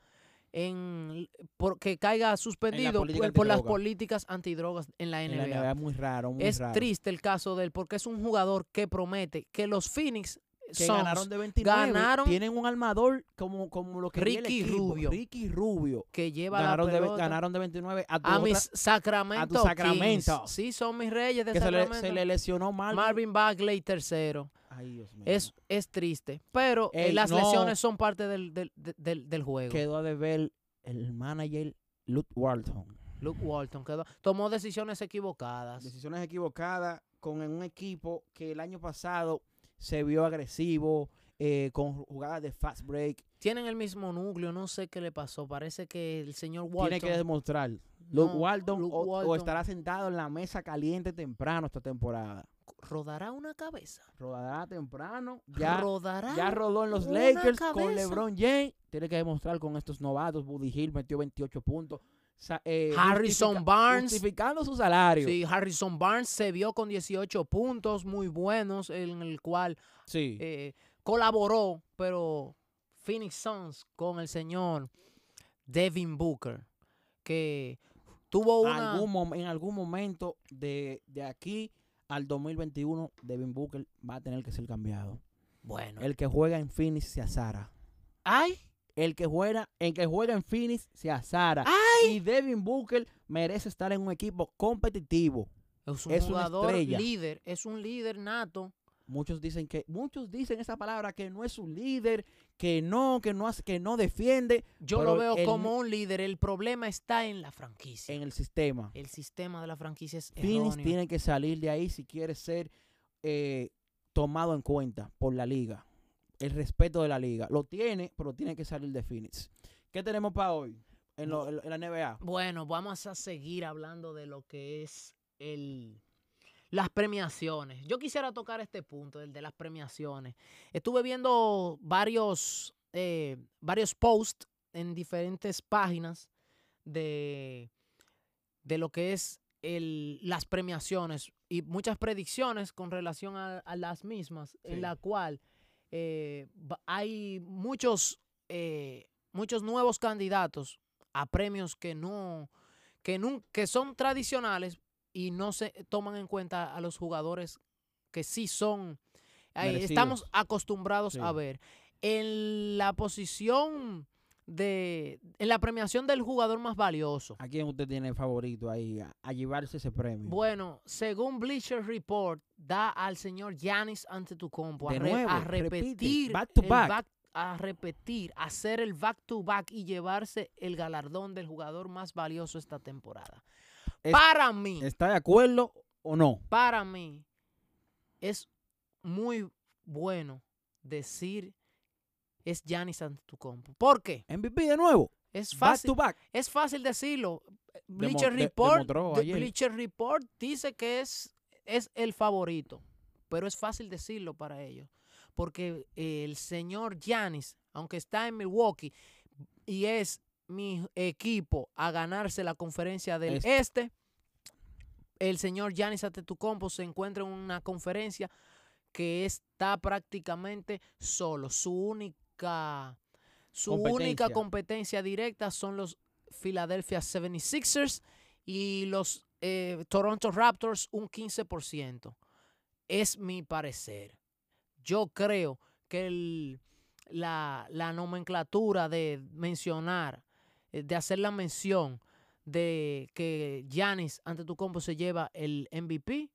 [SPEAKER 1] en por- que caiga suspendido
[SPEAKER 2] política
[SPEAKER 1] por, por las
[SPEAKER 2] antidroga.
[SPEAKER 1] políticas antidrogas en la
[SPEAKER 2] En
[SPEAKER 1] NBA.
[SPEAKER 2] la NBA es muy raro, muy
[SPEAKER 1] Es
[SPEAKER 2] raro.
[SPEAKER 1] triste el caso de él porque es un jugador que promete que los Phoenix
[SPEAKER 2] que
[SPEAKER 1] Suns
[SPEAKER 2] ganaron de 29.
[SPEAKER 1] ganaron-
[SPEAKER 2] tienen un armador como, como lo que vi el
[SPEAKER 1] Ricky
[SPEAKER 2] equipo,
[SPEAKER 1] Rubio.
[SPEAKER 2] Ricky Rubio.
[SPEAKER 1] que lleva
[SPEAKER 2] Ganaron
[SPEAKER 1] la
[SPEAKER 2] de, ve-
[SPEAKER 1] pelota
[SPEAKER 2] ganaron de 29 a, tu
[SPEAKER 1] a
[SPEAKER 2] otra-
[SPEAKER 1] mis Sacramento, Kings.
[SPEAKER 2] Sacramento.
[SPEAKER 1] Sí, son mis reyes de
[SPEAKER 2] que se le,
[SPEAKER 1] Sacramento.
[SPEAKER 2] se le lesionó mal.
[SPEAKER 1] Marvin Bagley tercero.
[SPEAKER 2] Ay, Dios mío.
[SPEAKER 1] Es, es triste, pero eh,
[SPEAKER 2] Ey,
[SPEAKER 1] las
[SPEAKER 2] no.
[SPEAKER 1] lesiones son parte del, del, del- del juego.
[SPEAKER 2] Quedó a deber el manager Luke Walton.
[SPEAKER 1] Luke Walton quedó- tomó decisiones equivocadas.
[SPEAKER 2] Decisiones equivocadas con un equipo que el año pasado se vio agresivo, eh, con jugadas de fast break.
[SPEAKER 1] Tienen el mismo núcleo, no sé qué le pasó. Parece que el señor Walton...
[SPEAKER 2] Tiene que demostrar. Luke
[SPEAKER 1] No,
[SPEAKER 2] Walton
[SPEAKER 1] Luke
[SPEAKER 2] o- o
[SPEAKER 1] Walton.
[SPEAKER 2] estará sentado en la mesa caliente temprano esta temporada.
[SPEAKER 1] ¿Rodará una cabeza?
[SPEAKER 2] rodará temprano. Ya,
[SPEAKER 1] ¿Rodará?
[SPEAKER 2] ya rodó en los
[SPEAKER 1] una
[SPEAKER 2] Lakers
[SPEAKER 1] cabeza.
[SPEAKER 2] con LeBron James. Tiene que demostrar con estos novatos. Buddy Hill metió 28 puntos. Sa- eh,
[SPEAKER 1] Harrison
[SPEAKER 2] justifica-
[SPEAKER 1] Barnes.
[SPEAKER 2] Justificando su salario. Sí.
[SPEAKER 1] Sí, Harrison Barnes se vio con 18 puntos muy buenos, en el cual eh, colaboró, pero Phoenix Suns con el señor Devin Booker, que tuvo una...
[SPEAKER 2] Algún mom- en algún momento de, de aquí al 2021, Devin Booker va a tener que ser cambiado.
[SPEAKER 1] Bueno.
[SPEAKER 2] El que juega en Phoenix se azara.
[SPEAKER 1] ¡Ay!
[SPEAKER 2] El que juega, el que juega en Phoenix se azara.
[SPEAKER 1] ¡Ay!
[SPEAKER 2] Y Devin Booker merece estar en un equipo competitivo.
[SPEAKER 1] Es un
[SPEAKER 2] es una
[SPEAKER 1] jugador
[SPEAKER 2] estrella.
[SPEAKER 1] líder, es un líder nato.
[SPEAKER 2] Muchos dicen que muchos dicen esa palabra que no es un líder, que no, que no hace, que no defiende
[SPEAKER 1] Yo lo
[SPEAKER 2] Pero
[SPEAKER 1] veo
[SPEAKER 2] el-
[SPEAKER 1] como un líder. El problema está en la franquicia.
[SPEAKER 2] en el sistema.
[SPEAKER 1] el sistema de la franquicia es
[SPEAKER 2] Phoenix
[SPEAKER 1] erróneo.
[SPEAKER 2] tiene que salir de ahí si quiere ser eh, tomado en cuenta por la liga. el respeto de la liga. Lo tiene, pero tiene que salir de Phoenix. ¿Qué tenemos para hoy en, lo- en la NBA?
[SPEAKER 1] Bueno, vamos a seguir hablando de lo que es el las premiaciones. Yo quisiera tocar este punto, el de las premiaciones. Estuve viendo varios, eh, varios posts en diferentes páginas de, de lo que es el- las premiaciones y muchas predicciones con relación a, a las mismas,
[SPEAKER 2] Sí.
[SPEAKER 1] en la cual eh, va- hay muchos, eh, muchos nuevos candidatos a premios que no que, nun- que son tradicionales y no se toman en cuenta a los jugadores que sí son eh, estamos
[SPEAKER 2] Merecidos.
[SPEAKER 1] acostumbrados a
[SPEAKER 2] Sí.
[SPEAKER 1] ver en la posición de en la premiación del jugador más valioso
[SPEAKER 2] ¿A quién usted tiene favorito ahí a, a llevarse ese premio?
[SPEAKER 1] bueno, según Bleacher Report, da al señor Giannis Antetokounmpo a,
[SPEAKER 2] De
[SPEAKER 1] re- a
[SPEAKER 2] nuevo, repite,
[SPEAKER 1] repetir
[SPEAKER 2] back to
[SPEAKER 1] el
[SPEAKER 2] back.
[SPEAKER 1] a repetir, hacer el back to back y llevarse el galardón del jugador más valioso esta temporada.
[SPEAKER 2] Es-
[SPEAKER 1] para mí,
[SPEAKER 2] ¿Está de acuerdo o no?
[SPEAKER 1] para mí es muy bueno decir es Giannis Antetokounmpo. ¿Por qué?
[SPEAKER 2] MVP de nuevo.
[SPEAKER 1] Es
[SPEAKER 2] Back
[SPEAKER 1] fácil
[SPEAKER 2] to back.
[SPEAKER 1] es fácil decirlo.
[SPEAKER 2] Demo-
[SPEAKER 1] Bleacher
[SPEAKER 2] de-
[SPEAKER 1] Report,
[SPEAKER 2] demostró
[SPEAKER 1] de-
[SPEAKER 2] ayer.
[SPEAKER 1] Bleacher Report dice que es, es el favorito, pero es fácil decirlo para ellos, porque el señor Giannis, aunque está en Milwaukee y es mi equipo a ganarse la conferencia del
[SPEAKER 2] Este.
[SPEAKER 1] este el señor Giannis Antetokounmpo se encuentra en una conferencia que está prácticamente solo. Su única, su única
[SPEAKER 2] Competencia.
[SPEAKER 1] competencia directa son los Philadelphia 76ers y los eh, Toronto Raptors un 15%. Es mi parecer. Yo creo que el- la, la nomenclatura de mencionar, eh, de hacer la mención de que Giannis ante tu combo se lleva el MVP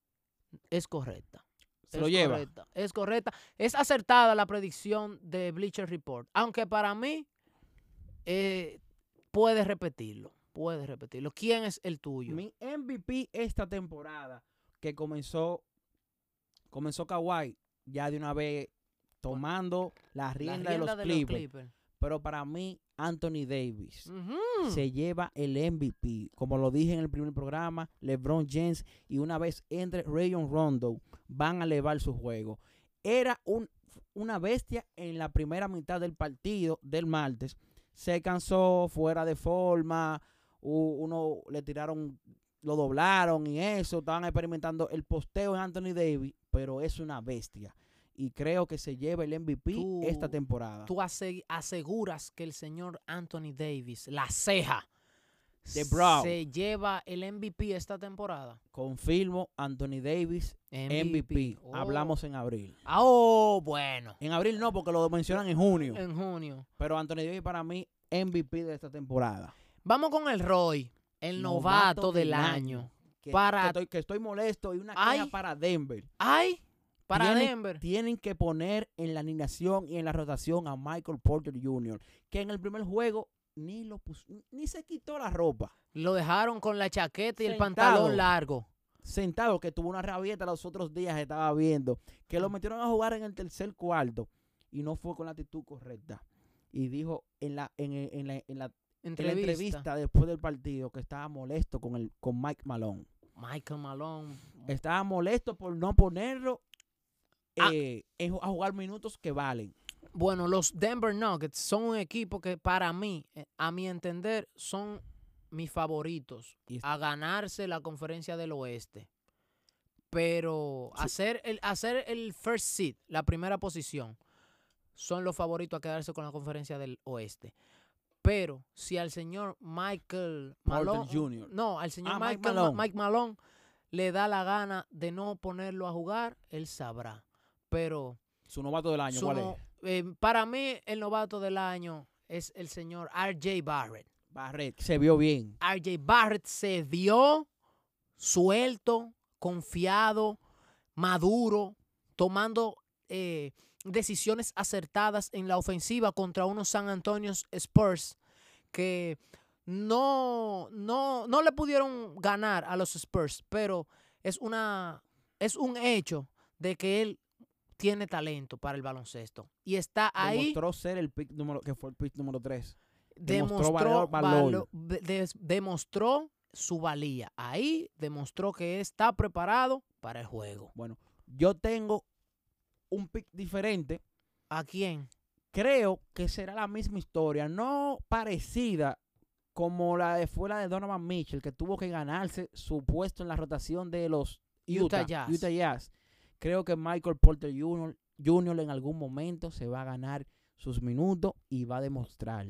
[SPEAKER 1] es correcta.
[SPEAKER 2] Se lo
[SPEAKER 1] Es
[SPEAKER 2] lleva.
[SPEAKER 1] correcta, es correcta. Es acertada la predicción de Bleacher Report. Aunque para mí eh, puedes repetirlo. Puedes repetirlo. ¿Quién es el tuyo?
[SPEAKER 2] Mi MVP esta temporada que comenzó comenzó Kawhi ya de una vez tomando la
[SPEAKER 1] La
[SPEAKER 2] rienda, de, los,
[SPEAKER 1] rienda
[SPEAKER 2] Clippers,
[SPEAKER 1] Clippers.
[SPEAKER 2] pero para mí Anthony Davis
[SPEAKER 1] Ujú.
[SPEAKER 2] se lleva el MVP, como lo dije en el primer programa, LeBron James y una vez entre Rayon Rondo van a elevar su juego. Era un, una bestia en la primera mitad del partido del martes. Se cansó, fuera de forma, u- uno le tiraron, lo doblaron y eso, estaban experimentando el posteo en Anthony Davis, pero es una bestia. Y creo que se lleva el MVP
[SPEAKER 1] Tú-
[SPEAKER 2] esta temporada.
[SPEAKER 1] Tú ase- aseguras que el señor Anthony Davis, la ceja,
[SPEAKER 2] The brow.
[SPEAKER 1] se lleva el MVP esta temporada.
[SPEAKER 2] Confirmo, Anthony Davis MVP.
[SPEAKER 1] Oh.
[SPEAKER 2] Hablamos en abril.
[SPEAKER 1] Ah, Oh, bueno.
[SPEAKER 2] En abril no, porque lo mencionan en junio.
[SPEAKER 1] En junio.
[SPEAKER 2] Pero Anthony Davis para mí, MVP de esta temporada.
[SPEAKER 1] Vamos con el Roy, el novato, del año.
[SPEAKER 2] Que,
[SPEAKER 1] Para-
[SPEAKER 2] que estoy, que estoy molesto y una
[SPEAKER 1] Ay.
[SPEAKER 2] queja para Denver.
[SPEAKER 1] Ay, para
[SPEAKER 2] Tiene-
[SPEAKER 1] Denver.
[SPEAKER 2] Tienen que poner en la alineación y en la rotación a Michael Porter Jr., que en el primer juego ni lo pus- ni se quitó la ropa.
[SPEAKER 1] Lo dejaron con la chaqueta y el
[SPEAKER 2] Sentado.
[SPEAKER 1] pantalón largo.
[SPEAKER 2] Sentado, que tuvo una rabieta los otros días, estaba viendo, que lo
[SPEAKER 1] Mm.
[SPEAKER 2] metieron a jugar en el tercer cuarto y no fue con la actitud correcta. Y dijo en la, en, el- en la, en la en la
[SPEAKER 1] Entrevista.
[SPEAKER 2] entrevista después del partido que estaba molesto con el con Mike Malone.
[SPEAKER 1] Michael Malone.
[SPEAKER 2] Estaba molesto por no ponerlo
[SPEAKER 1] Ah.
[SPEAKER 2] eh, en ju- a jugar minutos que valen.
[SPEAKER 1] Bueno, los Denver Nuggets son un equipo que para mí, eh, a mi entender, son mis favoritos
[SPEAKER 2] Y es-
[SPEAKER 1] a ganarse la conferencia del oeste. Pero
[SPEAKER 2] Sí.
[SPEAKER 1] hacer, el, hacer el first seed, la primera posición, son los favoritos a quedarse con la conferencia del oeste. Pero si al señor Michael
[SPEAKER 2] Porter
[SPEAKER 1] Malone,
[SPEAKER 2] Jr..
[SPEAKER 1] no, al señor
[SPEAKER 2] Ah, Mike
[SPEAKER 1] Michael, Ma-
[SPEAKER 2] Malone.
[SPEAKER 1] Mike Malone le da la gana de no ponerlo a jugar, él sabrá. Pero
[SPEAKER 2] Su novato del año,
[SPEAKER 1] su
[SPEAKER 2] ¿cuál
[SPEAKER 1] no- eh,
[SPEAKER 2] es?
[SPEAKER 1] para mí, el novato del año es el señor RJ Barrett.
[SPEAKER 2] Barrett. Se vio bien.
[SPEAKER 1] RJ Barrett se vio suelto, confiado, maduro, tomando eh, decisiones acertadas en la ofensiva contra unos San Antonio Spurs que no, no, no le pudieron ganar a los Spurs, pero es, una, es un hecho de que él tiene talento para el baloncesto y está ahí.
[SPEAKER 2] Demostró ser el pick número, que fue el pick número 3.
[SPEAKER 1] demostró,
[SPEAKER 2] Demostró valor- valor.
[SPEAKER 1] valo- des- demostró su valía. Ahí demostró que está preparado para el juego.
[SPEAKER 2] Bueno, yo tengo un pick diferente.
[SPEAKER 1] ¿A quién?
[SPEAKER 2] Creo que será la misma historia, no parecida como la de fue la de Donovan Mitchell, que tuvo que ganarse su puesto en la rotación de los
[SPEAKER 1] Utah
[SPEAKER 2] Utah,
[SPEAKER 1] Jazz.
[SPEAKER 2] Utah Jazz. Creo que Michael Porter Jr., Jr. en algún momento se va a ganar sus minutos y va a demostrar.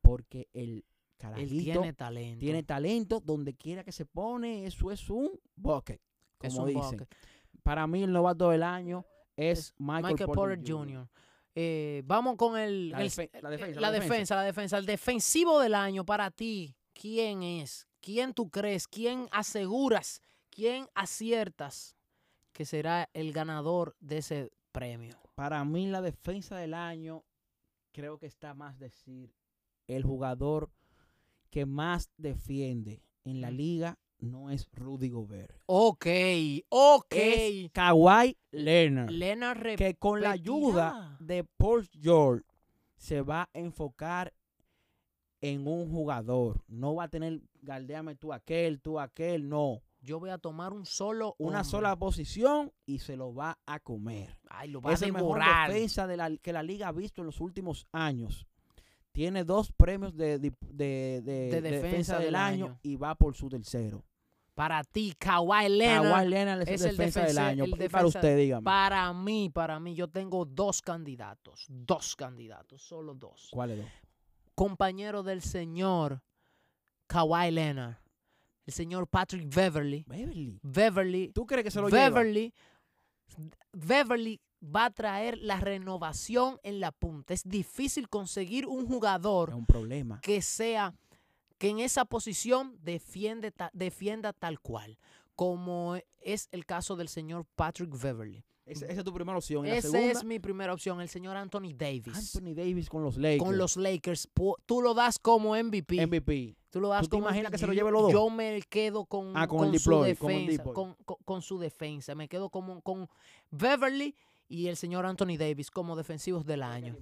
[SPEAKER 2] Porque el
[SPEAKER 1] Él
[SPEAKER 2] carajito
[SPEAKER 1] tiene talento.
[SPEAKER 2] tiene talento donde quiera que se pone, eso es un bucket, como
[SPEAKER 1] Es un
[SPEAKER 2] dicen.
[SPEAKER 1] bucket.
[SPEAKER 2] Para mí el novato del año es,
[SPEAKER 1] Es
[SPEAKER 2] Michael,
[SPEAKER 1] Michael Porter Jr. Eh, vamos con el,
[SPEAKER 2] La
[SPEAKER 1] el-
[SPEAKER 2] defe- la
[SPEAKER 1] eh,
[SPEAKER 2] defensa,
[SPEAKER 1] la
[SPEAKER 2] la defensa.
[SPEAKER 1] defensa, la defensa. El defensivo del año para ti, ¿quién es? ¿Quién tú crees? ¿Quién aseguras? ¿Quién aciertas que será el ganador de ese premio?
[SPEAKER 2] Para mí la defensa del año creo que está más decir el jugador que más defiende en la
[SPEAKER 1] Mm.
[SPEAKER 2] liga no es Rudy Gobert.
[SPEAKER 1] Ok, ok.
[SPEAKER 2] Es Kawhi Leonard.
[SPEAKER 1] Lena Rep-
[SPEAKER 2] que con la ayuda
[SPEAKER 1] repetirá.
[SPEAKER 2] de Paul George se va a enfocar en un jugador. No va a tener, galdeame tú aquel, tú aquel, no.
[SPEAKER 1] yo voy a tomar un solo.
[SPEAKER 2] Una
[SPEAKER 1] hombre.
[SPEAKER 2] sola posición y se lo va a comer.
[SPEAKER 1] Ay, lo va
[SPEAKER 2] Es
[SPEAKER 1] a
[SPEAKER 2] la mejor
[SPEAKER 1] devorar.
[SPEAKER 2] defensa de la, que la liga ha visto en los últimos años. Tiene dos premios de, dip- de- de-
[SPEAKER 1] De
[SPEAKER 2] de
[SPEAKER 1] defensa
[SPEAKER 2] defensa del,
[SPEAKER 1] del
[SPEAKER 2] año,
[SPEAKER 1] año.
[SPEAKER 2] y va por su tercero.
[SPEAKER 1] Para ti, Kawhi Leonard.
[SPEAKER 2] Kawhi Leonard es,
[SPEAKER 1] es
[SPEAKER 2] el
[SPEAKER 1] el
[SPEAKER 2] defensa del
[SPEAKER 1] defense-
[SPEAKER 2] año.
[SPEAKER 1] el
[SPEAKER 2] Y para
[SPEAKER 1] defensa-
[SPEAKER 2] usted, dígame.
[SPEAKER 1] Para mí, para mí, yo tengo dos candidatos, dos candidatos, solo dos.
[SPEAKER 2] ¿Cuál es?
[SPEAKER 1] Compañero del señor Kawhi Leonard, el señor Patrick Beverly.
[SPEAKER 2] Beverly.
[SPEAKER 1] Beverly,
[SPEAKER 2] ¿Tú crees que se lo lleva?
[SPEAKER 1] Beverly, Beverly va a traer la renovación en la punta. Es difícil conseguir un jugador
[SPEAKER 2] Es un problema.
[SPEAKER 1] que sea que en esa posición defiende ta- defienda tal cual, como e, es el caso del señor Patrick Beverly.
[SPEAKER 2] Ese- Esa, es tu primera opción. Y la
[SPEAKER 1] Esa
[SPEAKER 2] segunda,
[SPEAKER 1] es mi primera opción, el señor Anthony Davis.
[SPEAKER 2] Anthony Davis con los Lakers.
[SPEAKER 1] Con los Lakers, Pu- tú lo das como MVP.
[SPEAKER 2] MVP.
[SPEAKER 1] Tú lo das
[SPEAKER 2] ¿Tú te
[SPEAKER 1] como
[SPEAKER 2] imaginas
[SPEAKER 1] MVP.
[SPEAKER 2] que se lo lleve los dos?
[SPEAKER 1] Yo me quedo con,
[SPEAKER 2] Ah, con el
[SPEAKER 1] su
[SPEAKER 2] deploy, con el
[SPEAKER 1] defensa.
[SPEAKER 2] deploy.
[SPEAKER 1] Con, con- con su defensa. Me quedo como, con Beverly y el señor Anthony Davis como defensivos del año.